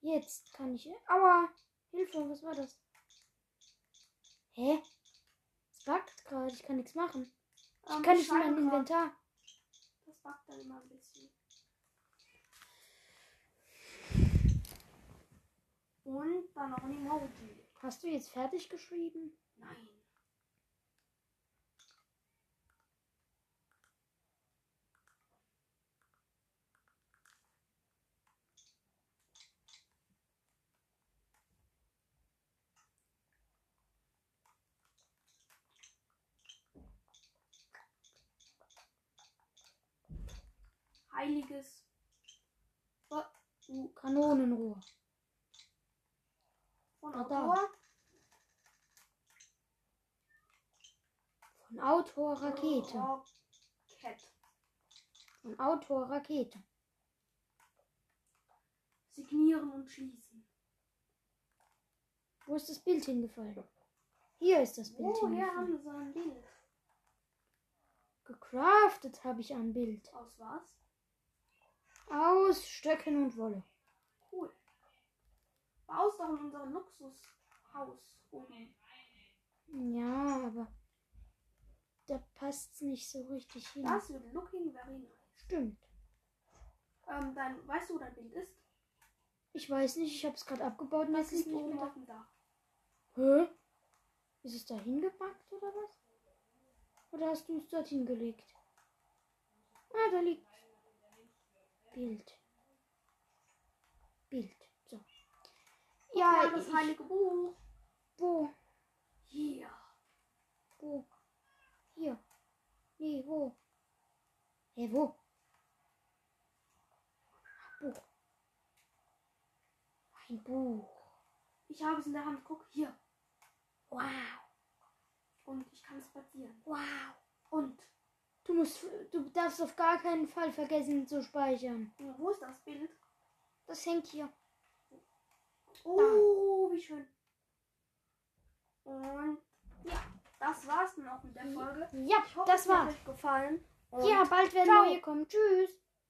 Jetzt kann ich. Aua! Hilfe, was war das? Hä? Es backt gerade, ich kann nichts machen. Ich Ähm, kann nicht in mein schreibe grad. Inventar. Das backt dann immer ein bisschen. Und dann noch ein Emoji. Hast du jetzt fertig geschrieben? Nein. Heiliges. Uh, Kanonenrohr. Von Ah, da. Autor. Von Autor Rakete. Rocket. Von Autor Rakete. Signieren und schließen. Wo ist das Bild hingefallen? Hier ist das Bild Woher hingefallen. Oh, haben sie ein Bild? Gecraftet habe ich ein Bild. Aus was? Aus Stöcken und Wolle. Cool. Baust doch in unser Luxushaus um. Ja, aber da passt es nicht so richtig hin. Das wird looking very nice. Stimmt. Ähm, dein, weißt du, wo dein Bild ist? Ich weiß nicht, ich habe es gerade abgebaut und Das jetzt ist liegt nicht oben mehr da. auf dem Dach. Hä? Ist es da hingepackt oder was? Oder hast du es dorthin gelegt? Ah, da liegt. Bild. Bild. So. Ja, Ja, das ich, heilige Buch. wo? Hier. Wo? Hier. Nee, wo? Hä, wo? Buch. Ein Buch. Ich habe es in der Hand. Guck, hier. Wow. Und ich kann es platzieren. Wow. Und, Du musst, du darfst auf gar keinen Fall vergessen zu speichern. ja, wo ist das Bild? Das hängt hier. Oh, wie schön. Und, ja, das war's dann auch mit der Folge. Ja, Ich hoffe, Mhm. das es hat war's. euch gefallen. Und Ja, bald werden Ciao. neue kommen. Tschüss.